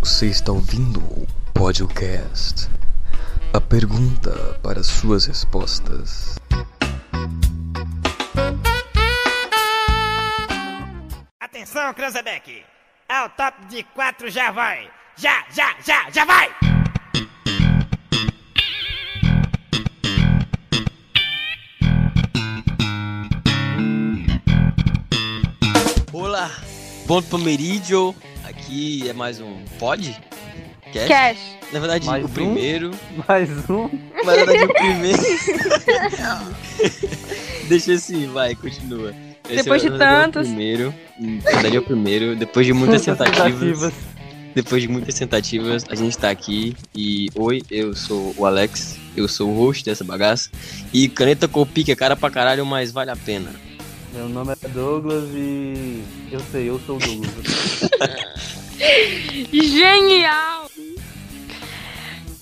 Você está ouvindo o podcast. A pergunta para suas respostas. Atenção, Cranzebeck! Ao top de quatro já vai! Já, já, já, já vai! Olá, bom Pomeridio. Aqui é mais um pod? Cast? Cash. Na verdade, Mais o um? primeiro. Mais um? Na verdade, o primeiro. Deixa assim, vai, continua. Esse Depois é- de na verdade, é o tantos. primeiro. Na verdade, é o primeiro. Depois de muitas Tantas tentativas. Depois de muitas tentativas, a gente tá aqui. E oi, eu sou o Alex. Eu sou o host dessa bagaça. E caneta com pique é cara pra caralho, mas vale a pena. Meu nome é Douglas e. Eu sei, eu sou o Douglas. Genial!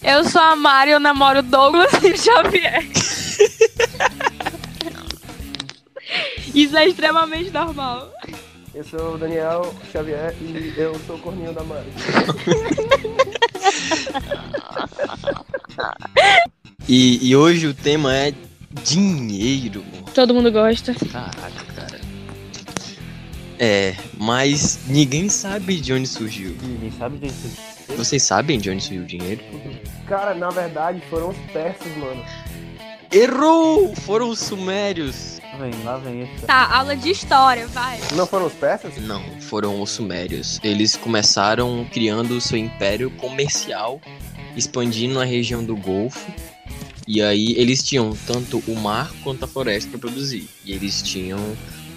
Eu sou a Mari, eu namoro o Douglas e o Xavier. Isso é extremamente normal. Eu sou o Daniel Xavier e eu sou o corninho da Mari. E, e hoje o tema é dinheiro. Todo mundo gosta. Caraca, cara. É, mas ninguém sabe de onde surgiu. Ninguém sabe disso. Vocês sabem de onde surgiu o dinheiro? Cara, na verdade foram os persas, mano. Errou! Foram os sumérios. Vem, lá vem esse. Tá, aula de história, vai. Não foram os persas? Não, foram os sumérios. Eles começaram criando o seu império comercial, expandindo na região do Golfo. E aí eles tinham tanto o mar quanto a floresta para produzir. E eles tinham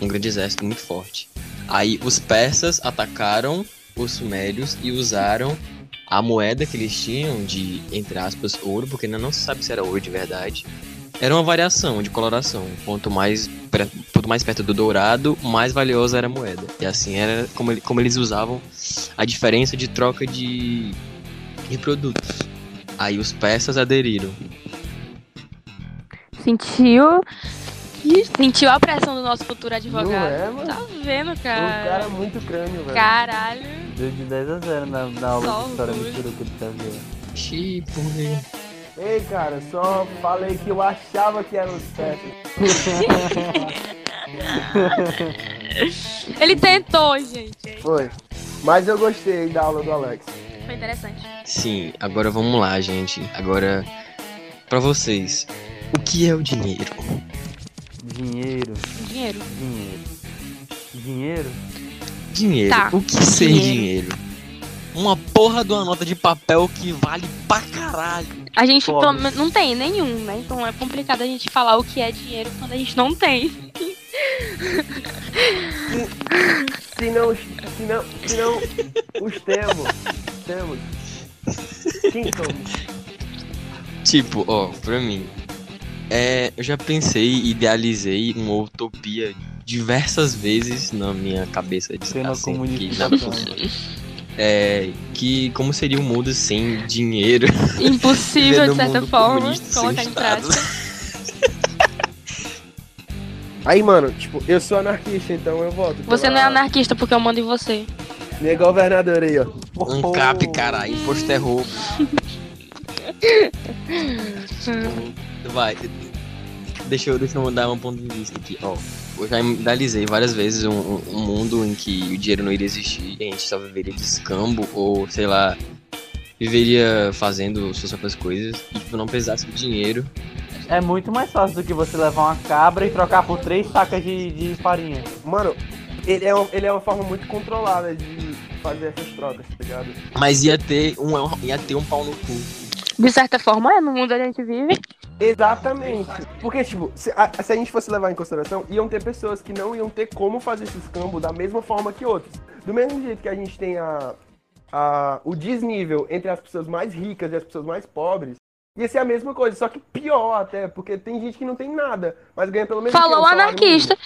um grande exército muito forte. Aí os persas atacaram os sumérios e usaram a moeda que eles tinham de, entre aspas, ouro, porque ainda não se sabe se era ouro de verdade. Era uma variação de coloração. Quanto mais, pre- quanto mais perto do dourado, mais valiosa era a moeda. E assim era como, ele- como eles usavam a diferença de troca de, de produtos. Aí os persas aderiram. Sentiu? Sentiu a pressão do nosso futuro advogado. Não é, mano? Tá vendo, Ah. Um cara um cara? muito crânio, velho. Caralho. Deu de 10 a 0 na, na Só aula de história orgulho. mistura que ele fazia. Tipo, Ei, cara, só falei que eu achava que um eram os persas. Ele tentou, gente. Foi. Mas eu gostei da aula do Alex. Foi interessante. Sim, agora vamos lá, gente. Agora, pra vocês, o que é o dinheiro? Dinheiro, Dinheiro. dinheiro. Dinheiro? Dinheiro. Tá. O que é ser Dinheiro. dinheiro? Uma porra de uma nota de papel que vale pra caralho. A gente Pobre. pelo menos, não tem nenhum, né? Então é complicado a gente falar o que é dinheiro quando a gente não tem. Se não, se não, se não os temos, temos. Quem somos? Tipo, ó, pra mim. É, eu já pensei, idealizei uma utopia diversas vezes na minha cabeça de Pena assim, que, comunista. na- é, que como seria um mundo sem dinheiro? Viver Impossível, de num certa mundo forma, comunista sem colocar em Estado. prática. Aí, mano, tipo, eu sou anarquista, então eu voto. Você pela- não é anarquista porque eu mando em você. Minha governadora aí, ó. Ancap, caralho, imposto é roubo. Vai. Deixa eu, deixa eu mandar um ponto de vista aqui, ó. Eu já idealizei várias vezes um, um- um mundo em que o dinheiro não iria existir e a gente só viveria de escambo ou, sei lá, viveria fazendo suas próprias coisas e tipo, não precisasse de dinheiro. É muito mais fácil do que você levar uma cabra e trocar por três sacas de, de farinha. Mano, ele é, um- ele é uma forma muito controlada de fazer essas trocas, tá ligado? Mas ia ter um, ia ter um pau no cu. De certa forma, é, no mundo onde a gente vive. Exatamente. Porque, tipo, se a, se a gente fosse levar em consideração, iam ter pessoas que não iam ter como fazer esse escambo da mesma forma que outros. Do mesmo jeito que a gente tem a, a- o desnível entre as pessoas mais ricas e as pessoas mais pobres, ia ser a mesma coisa, só que pior até, porque tem gente que não tem nada, mas ganha pelo menos. Falou o o quê? Um salário anarquista.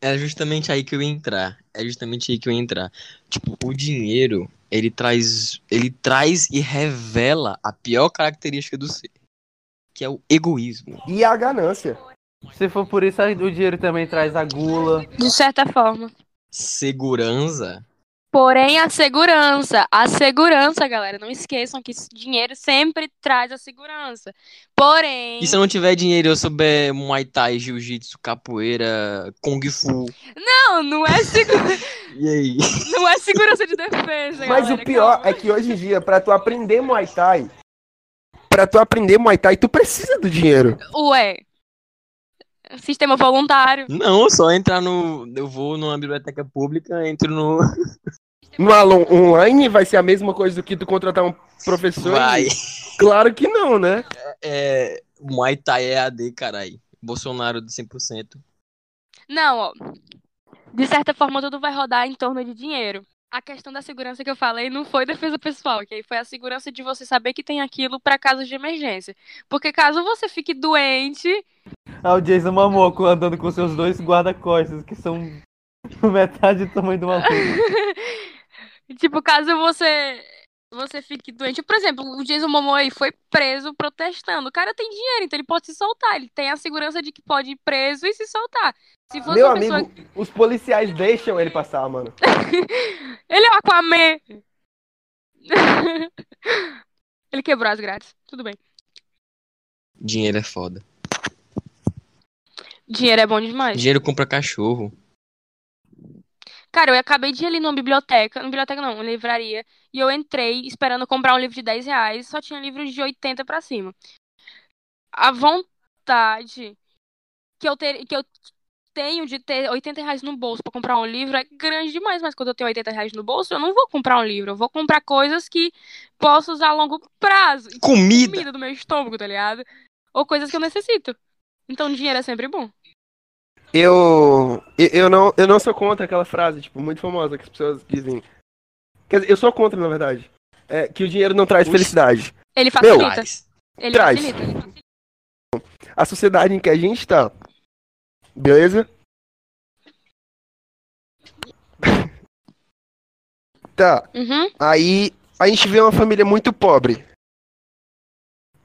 É justamente aí que eu ia entrar. É justamente aí que eu ia entrar. Tipo, o dinheiro, ele traz, ele traz e revela a pior característica do ser, que é o egoísmo. mínimo. E a ganância. Se for por né? isso, aí o dinheiro também traz a gula. De certa forma. Segurança, Porém, a segurança, a segurança, galera, não esqueçam que esse dinheiro sempre traz a segurança. Porém, E se eu não tiver dinheiro, eu souber Muay Thai, Jiu-Jitsu, capoeira, Kung Fu. não, não é, segu... E aí? não é segurança de defesa, Mas galera, o pior calma. é que hoje em dia, pra tu aprender Muay Thai, pra tu aprender Muay Thai, tu precisa do dinheiro. é Ué, é um sistema voluntário. Não, só entrar no. Eu vou numa biblioteca pública, entro no. No aluno online vai ser a mesma coisa do que tu contratar um professor? Vai. Claro que não, né? É. Muay Thai é AD, carai. Bolsonaro de 100%. Não, ó. De certa forma, tudo vai rodar em torno de dinheiro. A questão da segurança que eu falei não foi defesa pessoal, ok? Foi a segurança de você saber que tem aquilo pra casos de emergência. Porque caso você fique doente, Ah, o Jason Mamoco andando com seus dois guarda-costas, que são metade do tamanho de uma lua. tipo, caso você você fique doente, por exemplo, o Jason Momoa aí foi preso protestando. O cara tem dinheiro, então ele pode se soltar. Ele tem a segurança de que pode ir preso e se soltar. Se fosse Meu uma pessoa, amigo, os policiais deixam ele passar, mano. ele é o Aquaman. Ele quebrou as grades. Tudo bem. Dinheiro é foda. Dinheiro é bom demais. Dinheiro compra cachorro. Cara, eu acabei de ir ali numa biblioteca, não biblioteca não, uma livraria, e eu entrei esperando comprar um livro de 10 reais, só tinha livros de 80 pra cima. A vontade que eu, ter, que eu tenho de ter 80 reais no bolso pra comprar um livro é grande demais, mas quando eu tenho 80 reais no bolso, eu não vou comprar um livro, eu vou comprar coisas que posso usar a longo prazo. E Comida! Comida do meu estômago, tá ligado? Ou coisas que eu necessito. Então dinheiro é sempre bom. Eu, eu, eu não, eu não sou contra aquela frase, tipo, muito famosa que as pessoas dizem. Quer dizer, eu sou contra, na verdade. É, que o dinheiro não traz Ux. felicidade. Ele Meu, facilita, Traz. ele traz. facilita. A sociedade em que a gente tá. Beleza? tá. Uhum. Aí a gente vê uma família muito pobre.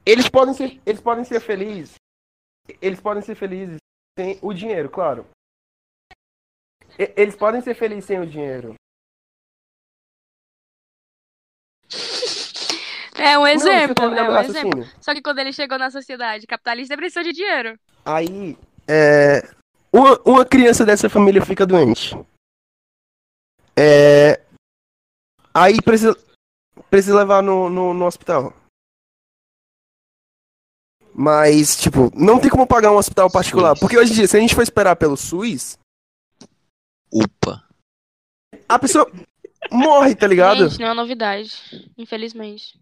Eles podem ser, eles podem ser felizes. Eles podem ser felizes sem o dinheiro, claro. E- eles podem ser felizes sem o dinheiro. É um Não, você tá exemplo, termina é meu um exemplo. raciocínio. Só que quando ele chegou na sociedade capitalista, ele precisou de dinheiro. Aí, é, uma, uma criança dessa família fica doente. É, aí precisa, precisa levar no, no, no hospital. Mas, tipo, não tem como pagar um hospital particular. SUS. Porque hoje em dia, se a gente for esperar pelo SUS, Upa. a pessoa morre, tá ligado? Gente, não é novidade, infelizmente.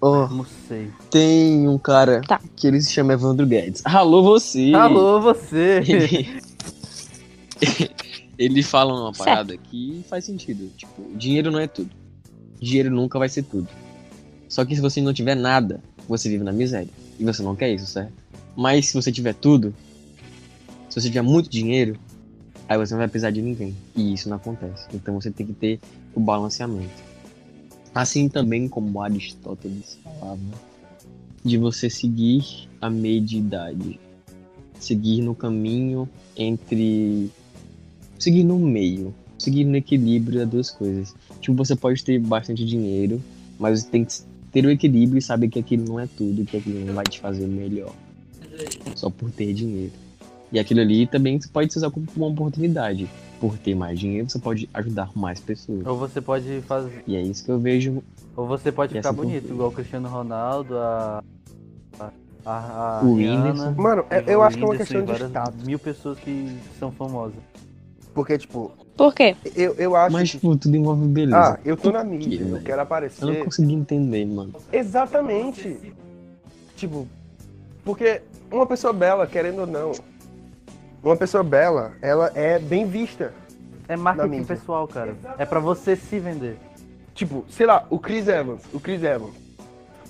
Ó, Não sei. tem um cara Tá. que ele se chama Evandro Guedes. Alô, você! Alô, você! Ele... ele fala uma parada que faz sentido. Tipo, dinheiro não é tudo. Dinheiro nunca vai ser tudo. Só que se você não tiver nada, você vive na miséria. E você não quer isso, certo? Mas se você tiver tudo, se você tiver muito dinheiro, aí você não vai precisar de ninguém. E isso não acontece. Então você tem que ter o balanceamento. Assim também como Aristóteles falava, de você seguir a mediidade seguir no caminho entre. seguir no meio, seguir no equilíbrio das duas coisas. Tipo, você pode ter bastante dinheiro, mas você tem que ter o equilíbrio e saber que aquilo não é tudo, que aquilo não vai te fazer melhor. Só por ter dinheiro. E aquilo ali também você pode usar como uma oportunidade. Por ter mais dinheiro, você pode ajudar mais pessoas. Ou você pode fazer. E é isso que eu vejo. Ou você pode E ficar essa bonito, foi- igual o Cristiano Ronaldo, a. a- A. a O Rihanna, Whindersson. Mano, eu, eu o acho que é uma Whindersson questão e de várias status. Mil pessoas que são famosas. Porque, tipo, Por quê? eu, eu acho Mas, que. tipo, tudo envolve beleza. Ah, é. eu tô na mídia, eu velho? quero Eu não aparecer. consegui entender, mano. Exatamente. Tipo, porque uma pessoa bela, querendo ou não, uma pessoa bela, ela é bem vista. É Da marketing mídia. pessoal, cara. É pra você se vender. Tipo, sei lá, o Chris Evans, o Chris Evans.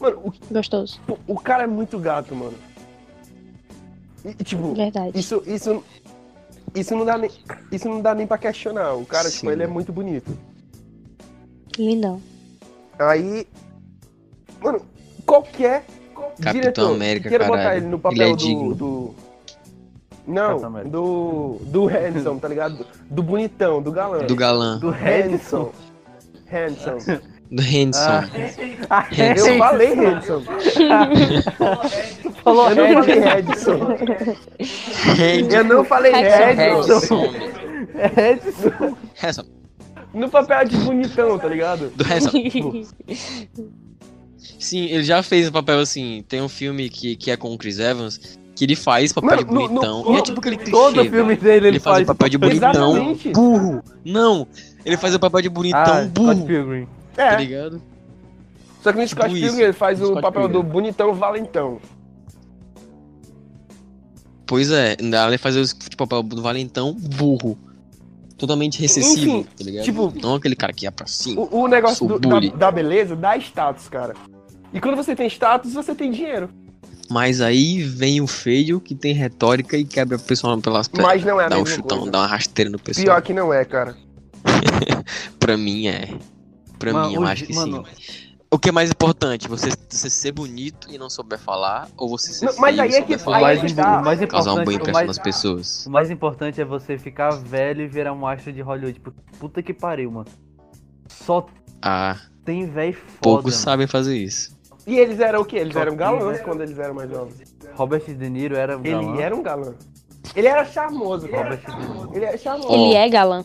Mano, o, Gostoso. Pô, O cara é muito gato, mano. E, e, tipo, Verdade. isso, isso, isso não dá nem, isso não dá nem pra questionar. O cara, tipo, Sim. ele é muito bonito. Lindão. Aí, mano, qualquer Capitão diretor América, que queira botar caralho. ele no Ele papel é digno. do, do- Capitão não, América. do do Hanson, tá ligado? Do, do bonitão, do galã. Do galã. Do Hanson. Hanson. Do Henderson. Ah, Eu falei Hanson. falou é Eu não falei Red. Hanson. Ah. Eu não falei Hanson. Henderson. Edson. Henderson. No papel de bonitão, tá ligado? Do Henderson. tipo, Sim, ele já fez um papel assim. Tem um filme que, que é com o Chris Evans que ele faz papel de Mano, no- bonitão. no- e é tipo aquele clichê. Todo velho. filme dele ele, Ele faz um o papel de bonitão. Exatamente. burro. Não, ele faz o papel de bonitão Ah, Scott burro. Pilgrim. Tá É, ligado? só que no Scott Tipo Pilgrim isso. ele faz o Scott papel Pilgrim. do bonitão valentão. Pois é, ele faz o tipo, papel do Valentão burro. Totalmente recessivo, Enfim, tá ligado? tipo- não aquele cara que ia pra cima. O, o negócio Sou do- da, bully. da beleza dá status, cara. E quando você tem status, você tem dinheiro. Mas aí vem o feio que tem retórica e quebra o pessoal pelas pernas. Mas não é a Dá um mesma chutão, coisa. dá uma rasteira no pessoal. Pior que não é, cara. Pra mim é. Pra Mano, mim eu hoje- acho que mano. sim. O que é mais importante? Você, você ser bonito e não souber falar? Ou você ser Não, mas feio aí e é souber que- O falar? mais, Aí im- tá. o mais Causar um uma boa importante, o, impressão mais, nas pessoas. o mais importante é você ficar velho e virar um astro de Hollywood. Porque Puta que pariu, mano. Só Ah, tem velho foda. poucos mano. sabem fazer isso. E eles eram o quê? Eles Só eram que- galãs quando eles eram mais novos. Robert De Niro era um galã. Ele era né? um galã. Ele era charmoso, cara. Robert De Niro. Ele era charmoso. Ele é galã.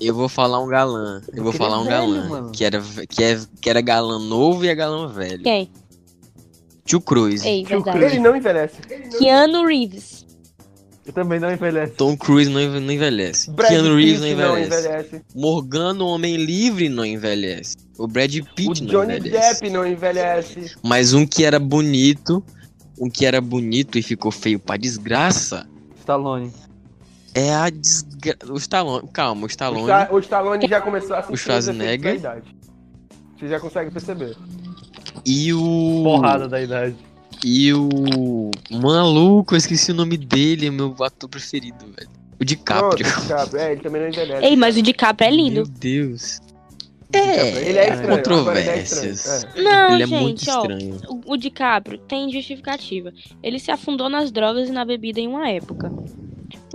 Eu vou falar um galã. Eu vou Porque ele falar é um velho, galã. mano. Que, era, ve- que, é, que era galã novo e é galã velho. Quem? Tio Cruz. Ei, Tio Cruz, verdade. Ele não envelhece. Keanu Reeves. Eu também não envelhece. Tom Cruise não, enve- não envelhece. Brad Keanu Reeves não Pitt não envelhece. envelhece. Morgano, Homem Livre, não envelhece. O Brad O Pitt não Johnny envelhece. Depp não envelhece. Mas um que era bonito, um que era bonito e ficou feio pra desgraça, Stallone. é a desgraça. O Stallone, calma, o O Stallone. Sta- O Stallone já começou a sentir O Schwarzenegger. os efeitos da idade. Você já consegue perceber. E o. Porrada da idade. E o. Maluco, eu esqueci o nome dele, é meu ator preferido, velho. O DiCaprio. Pronto, DiCaprio. É, ele também não envelhece. Ei, mas o DiCaprio é lindo. Meu Deus. É, Ele é estranho, agora ele é controvérsias. estranho, Não, Ele é gente, muito ó. estranho. O, o DiCaprio tem justificativa. Ele se afundou nas drogas e na bebida em uma época.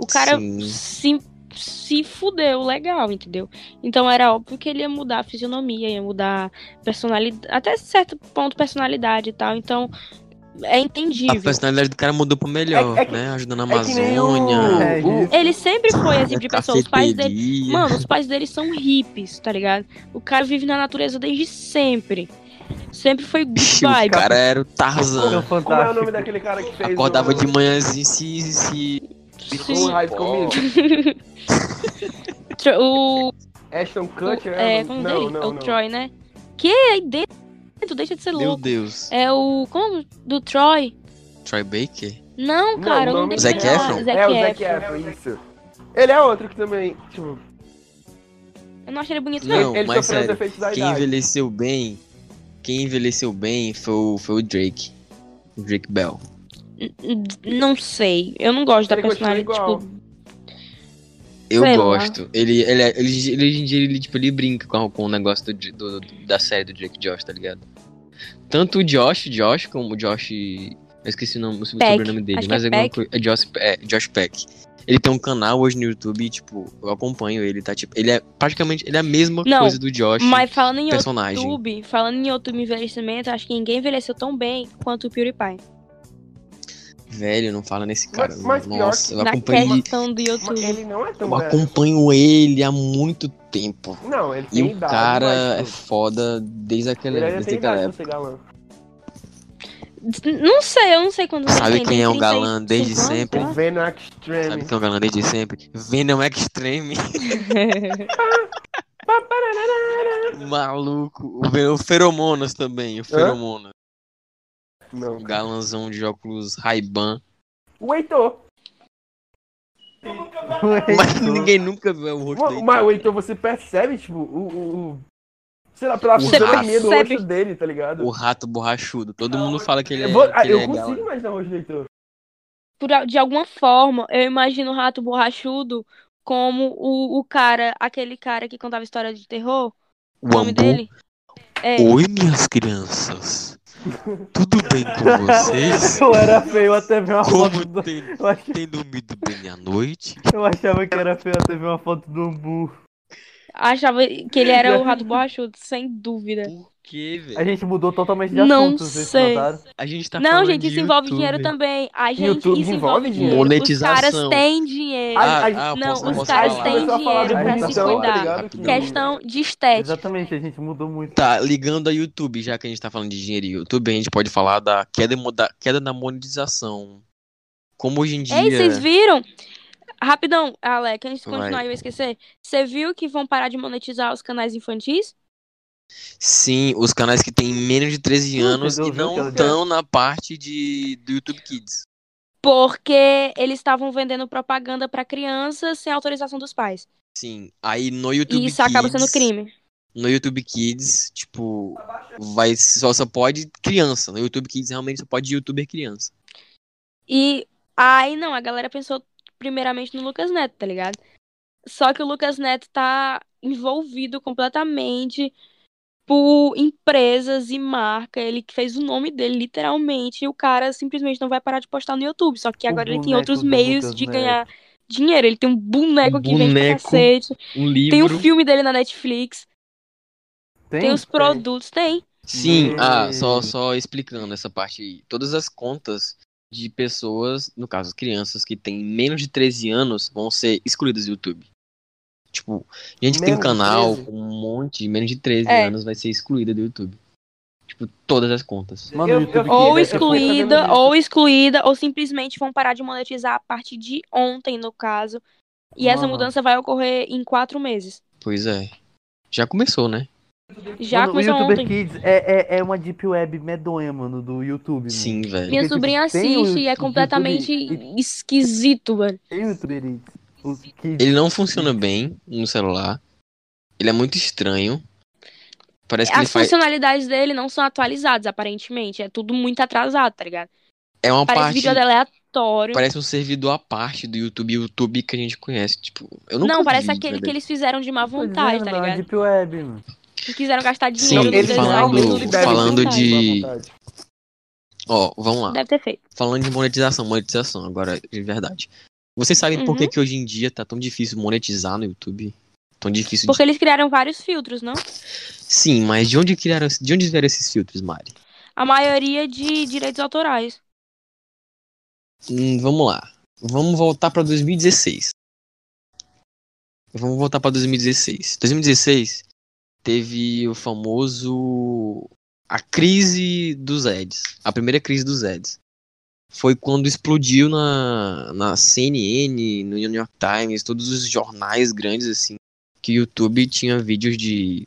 O cara Sim. se, se fudeu legal, entendeu? Então era óbvio que ele ia mudar a fisionomia, ia mudar personalidade, até certo ponto personalidade e tal. Então é A entendível. personalidade do cara mudou pra melhor, É- é que- né? Ajudando a é que nem o- Amazônia. É, o- Ele sempre foi esse tipo de pessoa. Os pais dele. cafeteria. Mano, os pais dele são hippies, tá ligado? O cara vive na natureza desde sempre. Sempre foi good Ixi, o vibe. cara era o Tão Tarzan. fantástico. Como é o nome daquele cara que fez Acordava um o... de manhãzinho se. se... Sim. o High School Musical? O Ashton Kutcher? É, não, como não, dele? não, é o não. Troy, né? Que aí dentro, deixa de ser Meu louco. Deus. É o. Como? Do Troy? Troy Baker? Não, Não, cara, não, o nome dele Zac é Efron? Zac é, o Zac Efron. Efron, isso. Ele é outro que também, tipo, Eu não achei ele bonito, não. Não, ele mas sofreu os sério, efeitos da Quem idade. envelheceu bem. Quem envelheceu bem foi o, foi o Drake. O Drake Bell. N- Não sei. Eu não gosto da Ele continua personalidade. igual. Tipo, Eu Sei lá. gosto. Ele, ele, é- ele, ele, hoje em dia, ele, tipo, ele brinca com, com o negócio do, do- do- da série do Drake Josh, tá ligado? Tanto o Josh, Josh, como o Josh. Eu esqueci o, nome, o Peck. sobrenome dele, Acho que mas é alguma Peck. coisa- é Josh, é Josh Peck. Ele tem um canal hoje no YouTube e, tipo, eu acompanho ele, tá? Tipo, ele é praticamente ele é a mesma Não, coisa do Josh. mas falando em personagem. YouTube, falando em YouTube envelhecimento, acho que ninguém envelheceu tão bem quanto o PewDiePie. Velho, não fala nesse cara. Mas- mas pior Nossa, que- eu Na acompanho, ele, questão do Mas YouTube. ele não é tão eu velho. acompanho ele há muito tempo. Não, ele E tem o idade. cara é mas, tipo, foda desde aquela, Ele ainda desde tem aquela idade pra época. ser galã. é Não sei, eu não sei quando ele Sabe tem, quem é um 35 galã desde anos, sei sempre? lá. Venom Sabe Extreme. quem é o galã desde sempre? Venom Extreme. Maluco. O Venom Feromonas também, o Feromonas. Não. O galãzão de óculos Ray-Ban. O Heitor. Ué, Mas tu- ninguém nunca viu o rosto Mas dele. mas o Heitor, você percebe, tipo, o... o- o- Sei lá, pela Você fisionomia do percebe- rosto dele, tá ligado? O rato borrachudo. Todo mundo fala que ele é, Eu, vou- ah, que ele eu é consigo galo. imaginar o rosto do Heitor. por a- de alguma forma, eu imagino o Rato Borrachudo como o, o cara, aquele cara que contava história de terror. O nome dele? É, Oi, minhas crianças. Tudo bem com vocês? Eu era feio até ver uma foto Como do... tem, Eu ach- tem dormido bem à noite? eu achava que era feio até ver uma foto do Umbu. achava que ele era o Rato Borrachudo, sem dúvida. Por quê, velho? A gente mudou totalmente de Não assunto, vocês sei. É, notaram? A gente tá Não, falando gente, de isso envolve YouTube. dinheiro também. A gente, YouTube isso envolve envolve dinheiro. Monetização. Os caras têm dinheiro. Ah, eu não, posso- os eu posso caras falar. têm Começou a falar de dinheiro pra se limitação, tá cuidar. ligado? Que- É Questão de estética. Exatamente, a gente mudou muito. Tá, ligando a YouTube, já que a gente tá falando de dinheiro e YouTube, a gente pode falar da queda, mo- da queda na monetização. Como hoje em dia. Ei, vocês viram? Rapidão, Alec, antes de É. Vai. continuar, eu ia esquecer. Você viu que vão parar de monetizar os canais infantis? Sim, os canais que têm menos de 13 Puta, anos eu e vi não aquela- estão na parte de, do YouTube Kids. Porque eles estavam vendendo propaganda pra crianças sem autorização dos pais. Sim, aí no YouTube e isso acaba Kids- sendo crime. No YouTube Kids, tipo, vai só, só pode criança. No YouTube Kids realmente só pode youtuber criança. E aí, não, a galera pensou primeiramente no Lucas Neto, tá ligado? Só que o Lucas Neto tá envolvido completamente por empresas e marca. Ele que fez o nome dele, literalmente, e o cara simplesmente não vai parar de postar no YouTube. Só que O agora ele tem boneco outros do meios Lucas de Neto. ganhar dinheiro. Ele tem um boneco Um que vende pra boneco, cacete. Um Tem livro. o filme dele na Netflix. Tem os produtos. Tem. Sim, Hum. ah, só, só explicando essa parte aí. Todas as contas de pessoas, no caso, crianças que têm menos de 13 anos, vão ser excluídas do YouTube. Tipo, gente que tem Menos de canal 13? com um monte de menos de 13 É. anos vai ser excluída do YouTube. Tipo, todas as contas. Mano, Eu- o YouTube eu- Kids Ou é- excluída, ou excluída, ou simplesmente vão parar de monetizar a partir de ontem, no caso. E essa Mano. mudança vai ocorrer em quatro meses. Pois é. Já começou, né? Já Mano, o começou YouTuber ontem. Kids é, é, é uma deep web medonha, mano, do YouTube. mano. Sim, velho. Minha Porque, tipo, sobrinha tem o um assiste e é YouTube completamente e- esquisito, mano. Tem o YouTuber Kids. Os kids. Ele não funciona bem no celular. Ele é muito estranho. Parece que ele As faz. funcionalidades dele não são atualizadas, aparentemente. É tudo muito atrasado, tá ligado? É uma Parece parte. vídeo aleatório. Parece um servidor à parte do YouTube, YouTube que a gente conhece. Tipo, eu nunca Não, parece vi, aquele que velho. eles fizeram de má Pois é, vontade, tá mano, é uma ligado? Deep web, mano. Que quiseram gastar Sim, dinheiro no eles design, falam tudo do- falando, de má falando vontade. de. Ó, vamos lá. Deve ter feito. Falando de monetização, monetização agora, de verdade. Vocês sabem por Uhum. que, que hoje em dia tá tão difícil monetizar no YouTube? Tão difícil Porque eles criaram vários filtros, não? de... Sim, mas de onde criaram, de onde vieram esses filtros, Mari? A maioria de direitos autorais. Hum, vamos lá. Vamos voltar pra 2016. Vamos voltar pra 2016. 2016 teve o famoso a crise dos ads, a primeira crise dos ads. Foi quando explodiu na, na CNN, no New York Times, todos os jornais grandes assim, que o YouTube tinha vídeos de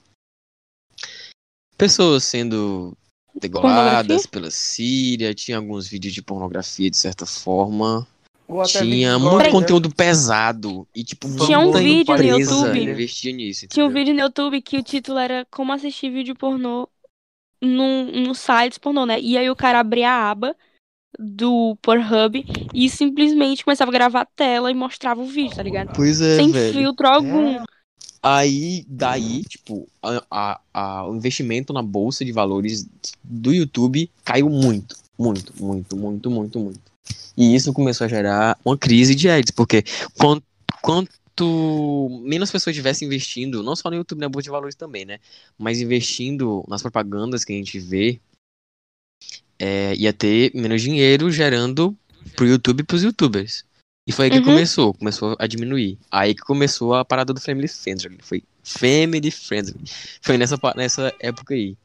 pessoas sendo degoladas pela Síria, tinha alguns vídeos de pornografia de certa forma. Ou até Tinha Big muito Brother, né? conteúdo pesado e tipo Tinha um muita vídeo no empresa YouTube. investia nisso. Tinha um entendeu? vídeo no YouTube que o título era Como assistir vídeo pornô num, num sites pornô, né? E aí o cara abria a aba do Pornhub e simplesmente começava a gravar a tela e mostrava o vídeo, tá ligado? Pois é, Sem velho. É, filtro algum. Aí, daí, tipo, a, a- a- o investimento na bolsa de valores do YouTube caiu muito, muito, muito, muito, muito, muito. E isso começou a gerar uma crise de ads, porque quan- quanto, menos pessoas estivessem investindo, não só no YouTube, na bolsa de valores também, né? Mas investindo nas propagandas que a gente vê, é, ia ter menos dinheiro gerando pro YouTube e pros YouTubers. E foi aí que Uhum. começou, começou a diminuir. Aí que começou a parada do Family Friendly. Foi Family Friendly. Foi nessa, pa- nessa época aí.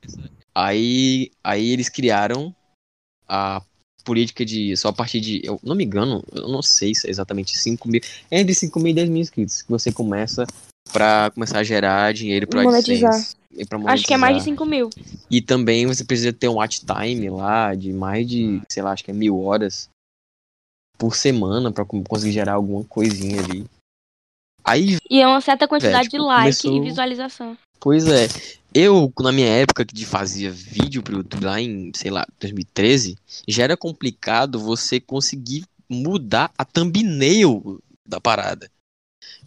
Aí, aí eles criaram a política de só a partir de. Eu não me engano, eu não sei se é exatamente 5 mil. É entre 5 mil e 10 mil inscritos que você começa pra começar a gerar dinheiro pra Monetizar. AdSense. e pra Acho que é mais de monetizar. 5 mil. E também você precisa ter um watch time lá de mais de, sei lá, acho que é mil horas por semana pra co- conseguir gerar alguma coisinha ali. Aí, E é uma certa quantidade tipo, de like começou- e visualização. pois é, Eu, na minha época que de fazia vídeo pro YouTube lá em, sei lá, 2013, já era complicado você conseguir mudar a thumbnail da parada.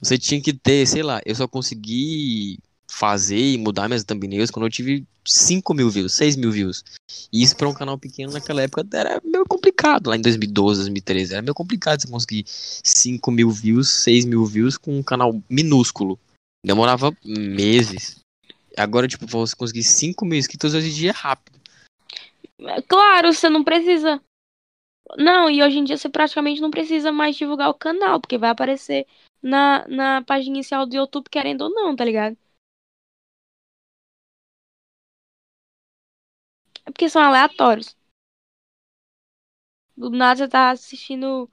Você tinha que ter, sei lá, eu só consegui fazer e mudar minhas thumbnails quando eu tive 5 mil views, 6 mil views. E isso pra um canal pequeno naquela época era meio complicado, lá em 2012, 2013. Era meio complicado você conseguir 5 mil views, 6 mil views com um canal minúsculo. Demorava meses. Agora, tipo, pra você conseguir 5 mil inscritos hoje em dia é rápido. É Claro, você não precisa. Não, e hoje em dia você praticamente não precisa mais divulgar o canal, porque vai aparecer na, na página inicial do YouTube, querendo ou não, tá ligado? É porque são aleatórios. Do nada você tá assistindo,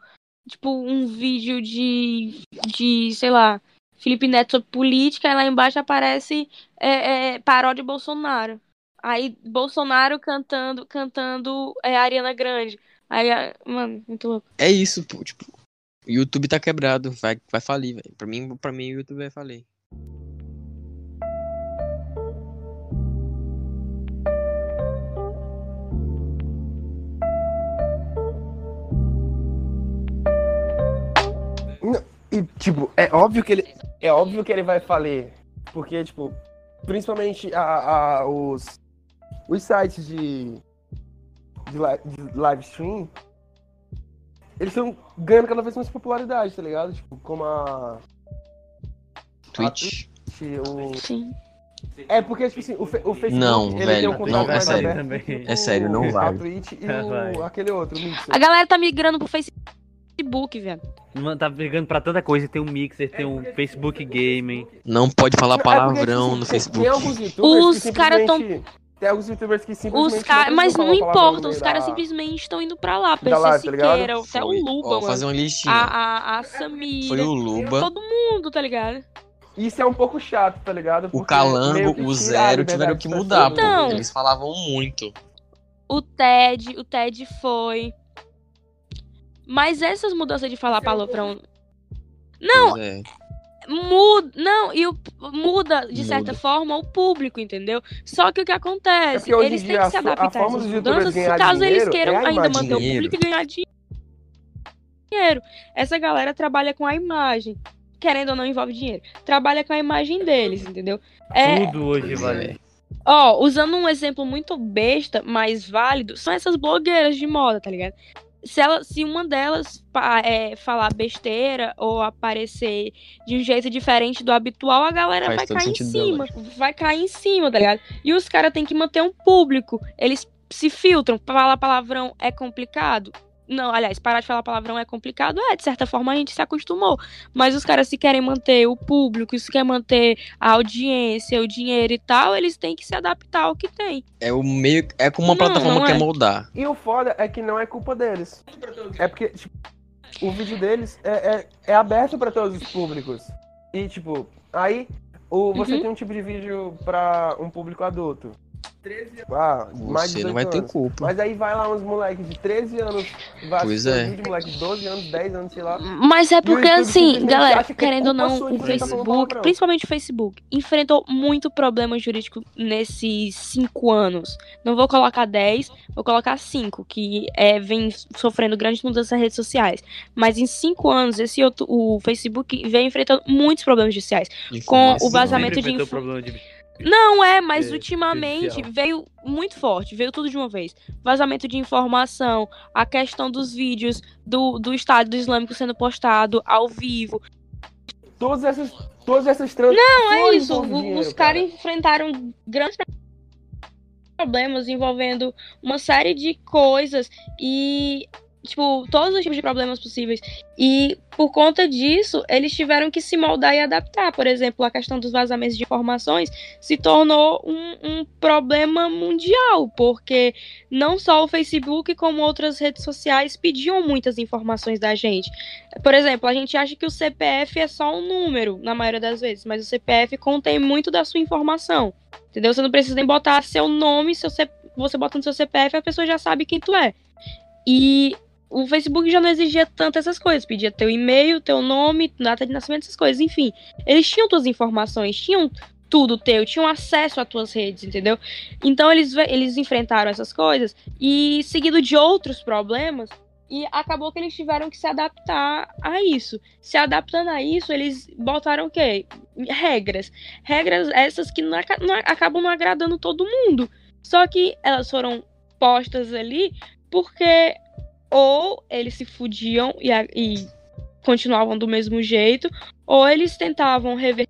tipo, um vídeo de, de sei lá, Felipe Neto sobre política, e lá embaixo aparece é, é, paródia Bolsonaro. Aí Bolsonaro cantando, cantando é, Ariana Grande. Aí, a- mano, muito louco. É isso, pô, tipo, o YouTube tá quebrado, vai, vai falir, velho. Pra mim, pra mim, o YouTube vai falir. E, tipo, é óbvio que ele. É óbvio que ele vai falir. Porque, tipo, principalmente a, a- os, os sites de, de, li- de live stream, eles estão ganhando cada vez mais popularidade, tá ligado? Tipo, como a. Twitch. O... Sim. É porque, tipo assim, o, fe- o Facebook Não, ele velho, tem um contato não, é mais sério. aberto Também. com É sério, não a vai. Twitch e Não o- vai. aquele outro, o Mixer. A galera tá migrando pro Facebook, velho. Mano, tá brigando pra tanta coisa. Tem um Mixer, tem um Facebook Gaming. Não pode falar É palavrão porque, no assim, Tem alguns Facebook. youtubers Os que caras tão- simplesmente- Tem alguns youtubers que simplesmente. Os caras. precisam Mas não falar Ah, palavrão importa, no os meio caras da- simplesmente estão indo pra lá. da PC live, tá ligado? Siqueira, até é o Foi- Luba, ó, mano. fazer uma listinha. A, a, a Samira. Foi o Luba, Todo mundo, tá ligado? Isso é um pouco chato, tá ligado? o Porque meio que Calango, tira o a Zero liberdade tiveram que das mudar, pessoas. Então. pô. Eles falavam muito. O Ted, o Ted foi. Mas essas mudanças de falar palavrão. Não, Pois é. muda. Não, e o- muda, de certa Muda. forma, o público, entendeu? Só que o que É acontece? porque hoje eles em têm dia que se a fo- a adaptar a forma essas dos youtubers mudanças, ganhar caso eles dinheiro queiram é a ainda imagem. manter o Dinheiro. público e ganhar dinheiro. Essa galera trabalha com a imagem. Querendo ou não, envolve dinheiro. Trabalha com a imagem deles, entendeu? É, Tudo hoje, vale. Ó, usando um exemplo muito besta, mas válido, são essas blogueiras de moda, tá ligado? Se, ela, se uma delas pa- é, falar besteira ou aparecer de um jeito diferente do habitual, a galera Faz vai todo cair em sentido cima. Vai cair em cima, tá ligado? E os caras têm que manter um público. Eles se filtram. Falar palavrão é complicado? Não, aliás, parar de falar palavrão é complicado? É, de certa forma a gente se acostumou. Mas os caras se querem manter o público, se querem manter a audiência, o dinheiro e tal, eles têm que se adaptar ao que tem. É o meio. É como uma Não, plataforma não quer é. moldar. E o foda é que não é culpa deles. É porque, tipo, o vídeo deles é, é, é aberto pra todos os públicos. E, tipo, aí o, você Uhum. tem um tipo de vídeo pra um público adulto. Ah, mais de é Você não vai 18 ter anos. culpa. Mas aí vai lá uns moleques de 13 anos, vai Pois assistir é. um vídeo, moleque de 12 anos, 10 anos, sei lá. Mas é porque, E o YouTube assim, simplesmente galera, acha que é querendo ou culpa não, sua de o você tá falando Facebook, palavrão. principalmente o Facebook, enfrentou muito problema jurídico nesses cinco anos. Não vou colocar 10, vou colocar 5, que é, vem sofrendo grandes mudanças nas redes sociais. Mas em cinco anos, esse outro, o Facebook vem enfrentando muitos problemas judiciais. Com né? o vazamento de info- problema de Não é, mas É, ultimamente prejudicial. veio muito forte, veio tudo de uma vez. Vazamento de informação, a questão dos vídeos do, do Estado Islâmico sendo postado ao vivo. Todas essas, todas essas transações. Não é isso, o- os um dinheiro, caras enfrentaram grandes problemas envolvendo uma série de coisas e, tipo, todos os tipos de problemas possíveis. E por conta disso, eles tiveram que se moldar e adaptar. Por exemplo, a questão dos vazamentos de informações se tornou um, um problema mundial, porque não só o Facebook, como outras redes sociais pediam muitas informações da gente. Por exemplo, a gente acha que o CPF é só um número, na maioria das vezes, mas o CPF contém muito da sua informação. Entendeu? Você não precisa nem botar seu nome, seu C... você bota no seu CPF, a pessoa já sabe quem tu é. E o Facebook já não exigia tanto essas coisas, pedia teu e-mail, teu nome, data de nascimento, essas coisas, enfim. Eles tinham tuas informações, tinham tudo teu, tinham acesso às tuas redes, entendeu? Então eles, ve- eles enfrentaram essas coisas e seguido de outros problemas e acabou que eles tiveram que se adaptar a isso. Se adaptando a isso, eles botaram o quê? Regras. Regras essas que não aca- não- acabam não agradando todo mundo. Só que elas foram postas ali porque ou eles se fudiam e, a- e continuavam do mesmo jeito, ou eles tentavam reverter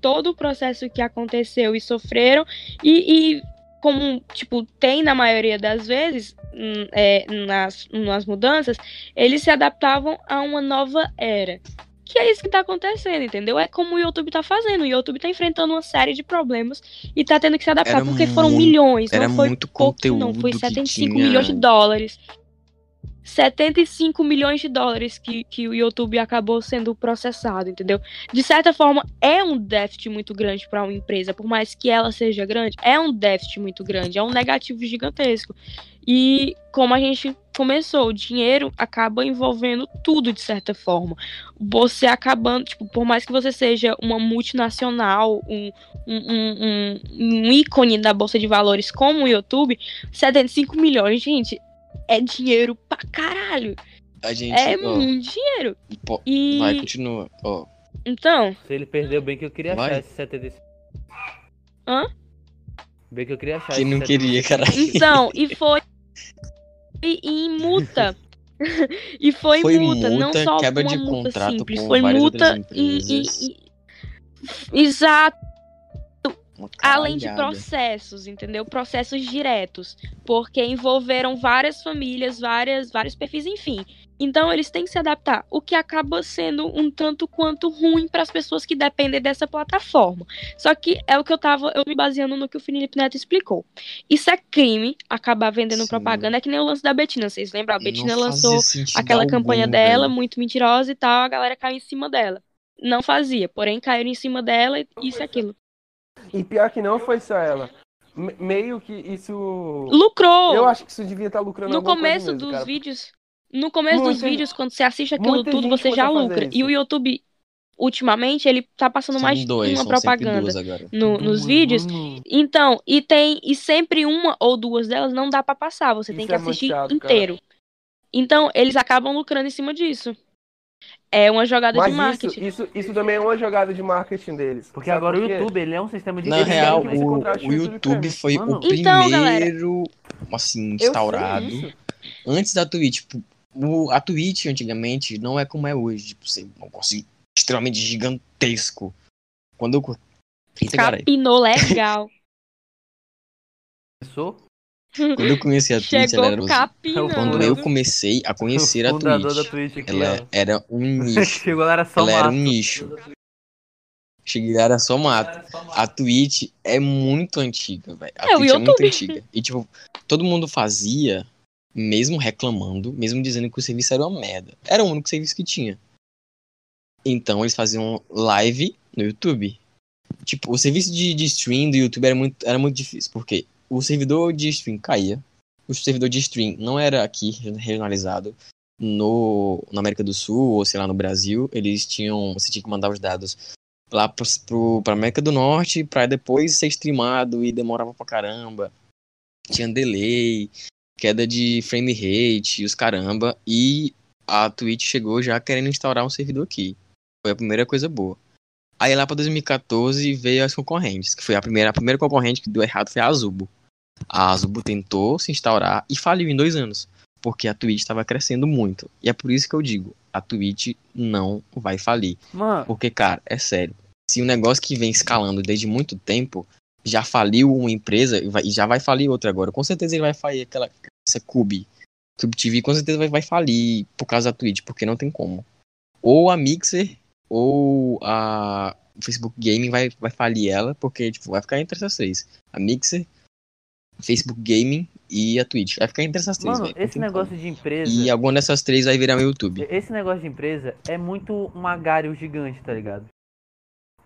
todo o processo que aconteceu e sofreram, e, e como, tipo, tem na maioria das vezes, hum, é, nas, nas mudanças, eles se adaptavam a uma nova era. Que é isso que tá acontecendo, entendeu? É como o YouTube tá fazendo. O YouTube tá enfrentando uma série de problemas e tá tendo que se adaptar, Era porque foram muito- milhões, era não foi muito pouquinho, não. conteúdo Foi que 75 tinha. milhões de dólares. 75 milhões de dólares que, que o YouTube acabou sendo processado, entendeu? De certa forma, é um déficit muito grande para uma empresa, por mais que ela seja grande, é um déficit muito grande, é um negativo gigantesco. E como a gente começou, o dinheiro acaba envolvendo tudo de certa forma. Você acabando, tipo, por mais que você seja uma multinacional, um, um, um, um- um ícone da Bolsa de Valores como o YouTube, 75 milhões, gente, é dinheiro pra caralho. A gente. É ó, muito dinheiro. po- E. Vai, continua. Ó, Então, Se ele perdeu, bem que eu queria Vai. achar esse 75. Hã? Bem que eu queria achar quem esse não 75. queria, caralho. então, e foi. E, e em multa. e foi, Foi multa, não multa, só quebra uma de multa contrato simples, com foi várias multa outras e- e- empresas. e- Exato. Uma Além de caralhada. processos, entendeu? Processos diretos, porque envolveram várias famílias, várias, vários perfis, enfim. Então eles têm que se adaptar, o que acaba sendo um tanto quanto ruim para as pessoas que dependem dessa plataforma. Só que é o que eu tava, eu me baseando no que o Felipe Neto explicou. Isso é crime, acabar vendendo Sim. propaganda, é que nem o lance da Betina, vocês lembram? A Betina Não lançou fazia sentido aquela algum, campanha dela, velho. muito mentirosa e tal, a galera caiu em cima dela. Não fazia, porém caíram em cima dela e isso e aquilo. E pior que não foi só ela. Me- meio que isso. Lucrou! Eu acho que isso devia estar lucrando no alguma coisa começo mesmo, dos cara. vídeos, no começo dos Muita- vídeos, quando você assiste aquilo muita tudo, gente você já começou a lucra. fazer E o YouTube, ultimamente, ele tá passando São mais dois, de uma são sempre propaganda duas agora. no- nos vídeos. Uhum. Então, e tem e sempre uma ou duas delas não dá pra passar, você tem Isso que é muito assistir chato, cara. inteiro. Então, eles acabam lucrando em cima disso. É uma jogada de Mas isso, marketing. isso, isso também é uma jogada de marketing deles. Porque Sabe agora por o quê? YouTube, ele é um sistema de... Na Eles real, querem que o, esse contrato o YouTube seja foi Mano. o Então, galera. primeiro, assim, Eu sei instaurado. disso. antes da Twitch, tipo, o- a Twitch antigamente não é como é hoje, tipo, você um negócio extremamente gigantesco. Quando eu. cur- Eita, caralho. Capinou legal. Começou, Quando eu É conheci a Twitch, né, ela era Chegou os- capinando. Quando eu comecei a conhecer a o fundador da Twitch, Twitch aqui, ela ó. era um nicho. Chegou lá, era só Ela era um mato. nicho. Cheguei lá, era só mato. A Twitch é muito antiga, velho. A É, o Twitch é muito YouTube. antiga. E, tipo, todo mundo fazia, mesmo reclamando, mesmo dizendo que o serviço era uma merda. Era o único serviço que tinha. Então, eles faziam live no YouTube. Tipo, o serviço de, de stream do YouTube era muito, era muito difícil, porque o servidor de stream caía, o servidor de stream não era aqui regionalizado no, na América do Sul ou, sei lá, no Brasil. Eles tinham, você tinha que mandar os dados lá pro, pro, pra América do Norte pra depois ser streamado e demorava pra caramba. Tinha delay, queda de frame rate, os caramba. E a Twitch chegou já querendo instaurar um servidor aqui. Foi a primeira coisa boa. Aí lá pra 2014 veio as concorrentes, que foi a primeira, a primeira concorrente que deu errado foi a Azubo. A Azubo tentou se instaurar e faliu em dois anos, porque a Twitch estava crescendo muito. E é por isso que eu digo, a Twitch não vai falir. Mano, Porque, cara, é sério. Se um negócio que vem escalando desde muito tempo já faliu uma empresa e vai- e já vai falir outra agora. Com certeza ele vai falir aquela essa Cube. Cube TV com certeza vai, vai falir por causa da Twitch, porque não tem como. Ou a Mixer ou a o Facebook Gaming vai, vai falir ela, porque tipo, vai ficar entre essas três. A Mixer, Facebook Gaming e a Twitch. Vai ficar entre essas três, mano velho. Não esse tem negócio de como. empresa... E alguma dessas três vai virar meu YouTube. Esse negócio de empresa é muito um agário gigante, tá ligado?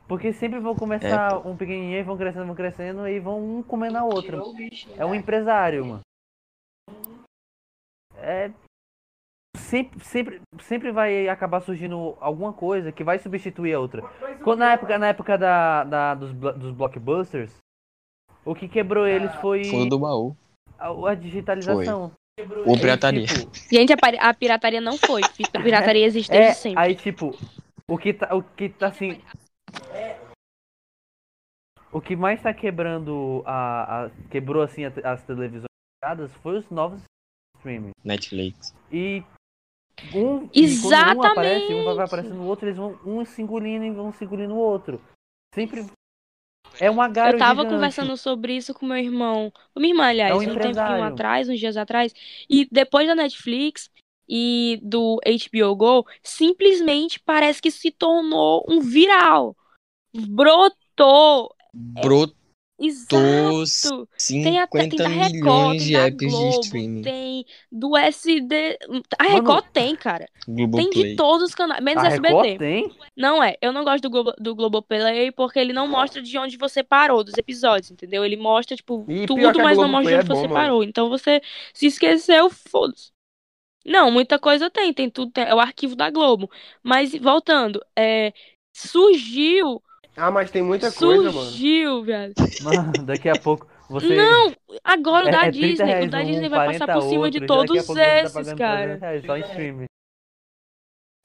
Porque sempre vão começar É. um pequenininho, e vão crescendo, vão crescendo e vão um comendo a outra. É um empresário, mano. É. sempre, sempre, sempre vai acabar surgindo alguma coisa que vai substituir a outra. Quando na época, na época da, da- dos, blo- dos blockbusters, o que quebrou eles foi Fundo Ah, do baú. a, a digitalização. Ou Aí, pirataria. tipo, Gente, a, pari- a pirataria não foi. A pirataria existe é, desde sempre. aí tipo, o que tá, o que tá assim. O que mais tá quebrando a, a- quebrou assim a te- as televisões ligadas foi os novos streaming. Netflix. E um e quando um aparece, um vai Exatamente. aparecendo no outro, eles vão um se engolindo e vão se engolindo o outro. Sempre é uma garota. eu tava conversando sobre isso com meu irmão. Com minha irmã, aliás, É um um, tempinho empresário. atrás, uns dias atrás. E depois da Netflix e do HBO Go, simplesmente parece que se tornou um viral. Brotou. Brotou Exato. É. Tem até tem 50 da Record, milhões tem de da apps de Globo, streaming. tem do SD. A Mano, Record tem, cara. Tem de Globoplay. todos os canais, menos A SBT. Record tem? Não é, eu não gosto do, Globo, do Globoplay porque ele não mostra de onde você parou dos episódios, entendeu? Ele mostra, tipo, E tudo, pior que a mas não Globoplay mostra de é onde bom, você mano. parou. Então você se esqueceu, foda-se. Não, muita coisa tem, tem tudo, tem- é o arquivo da Globo. Mas voltando, é, surgiu, Ah, mas tem muita coisa, mano. surgiu, velho. Mano, daqui a pouco você Não, agora o É- da é 30 Disney, reais o da um, Disney vai passar 40 por cima de outro, então daqui a todos pouco você tá esses, pagando cara. 300 reais Só em streaming.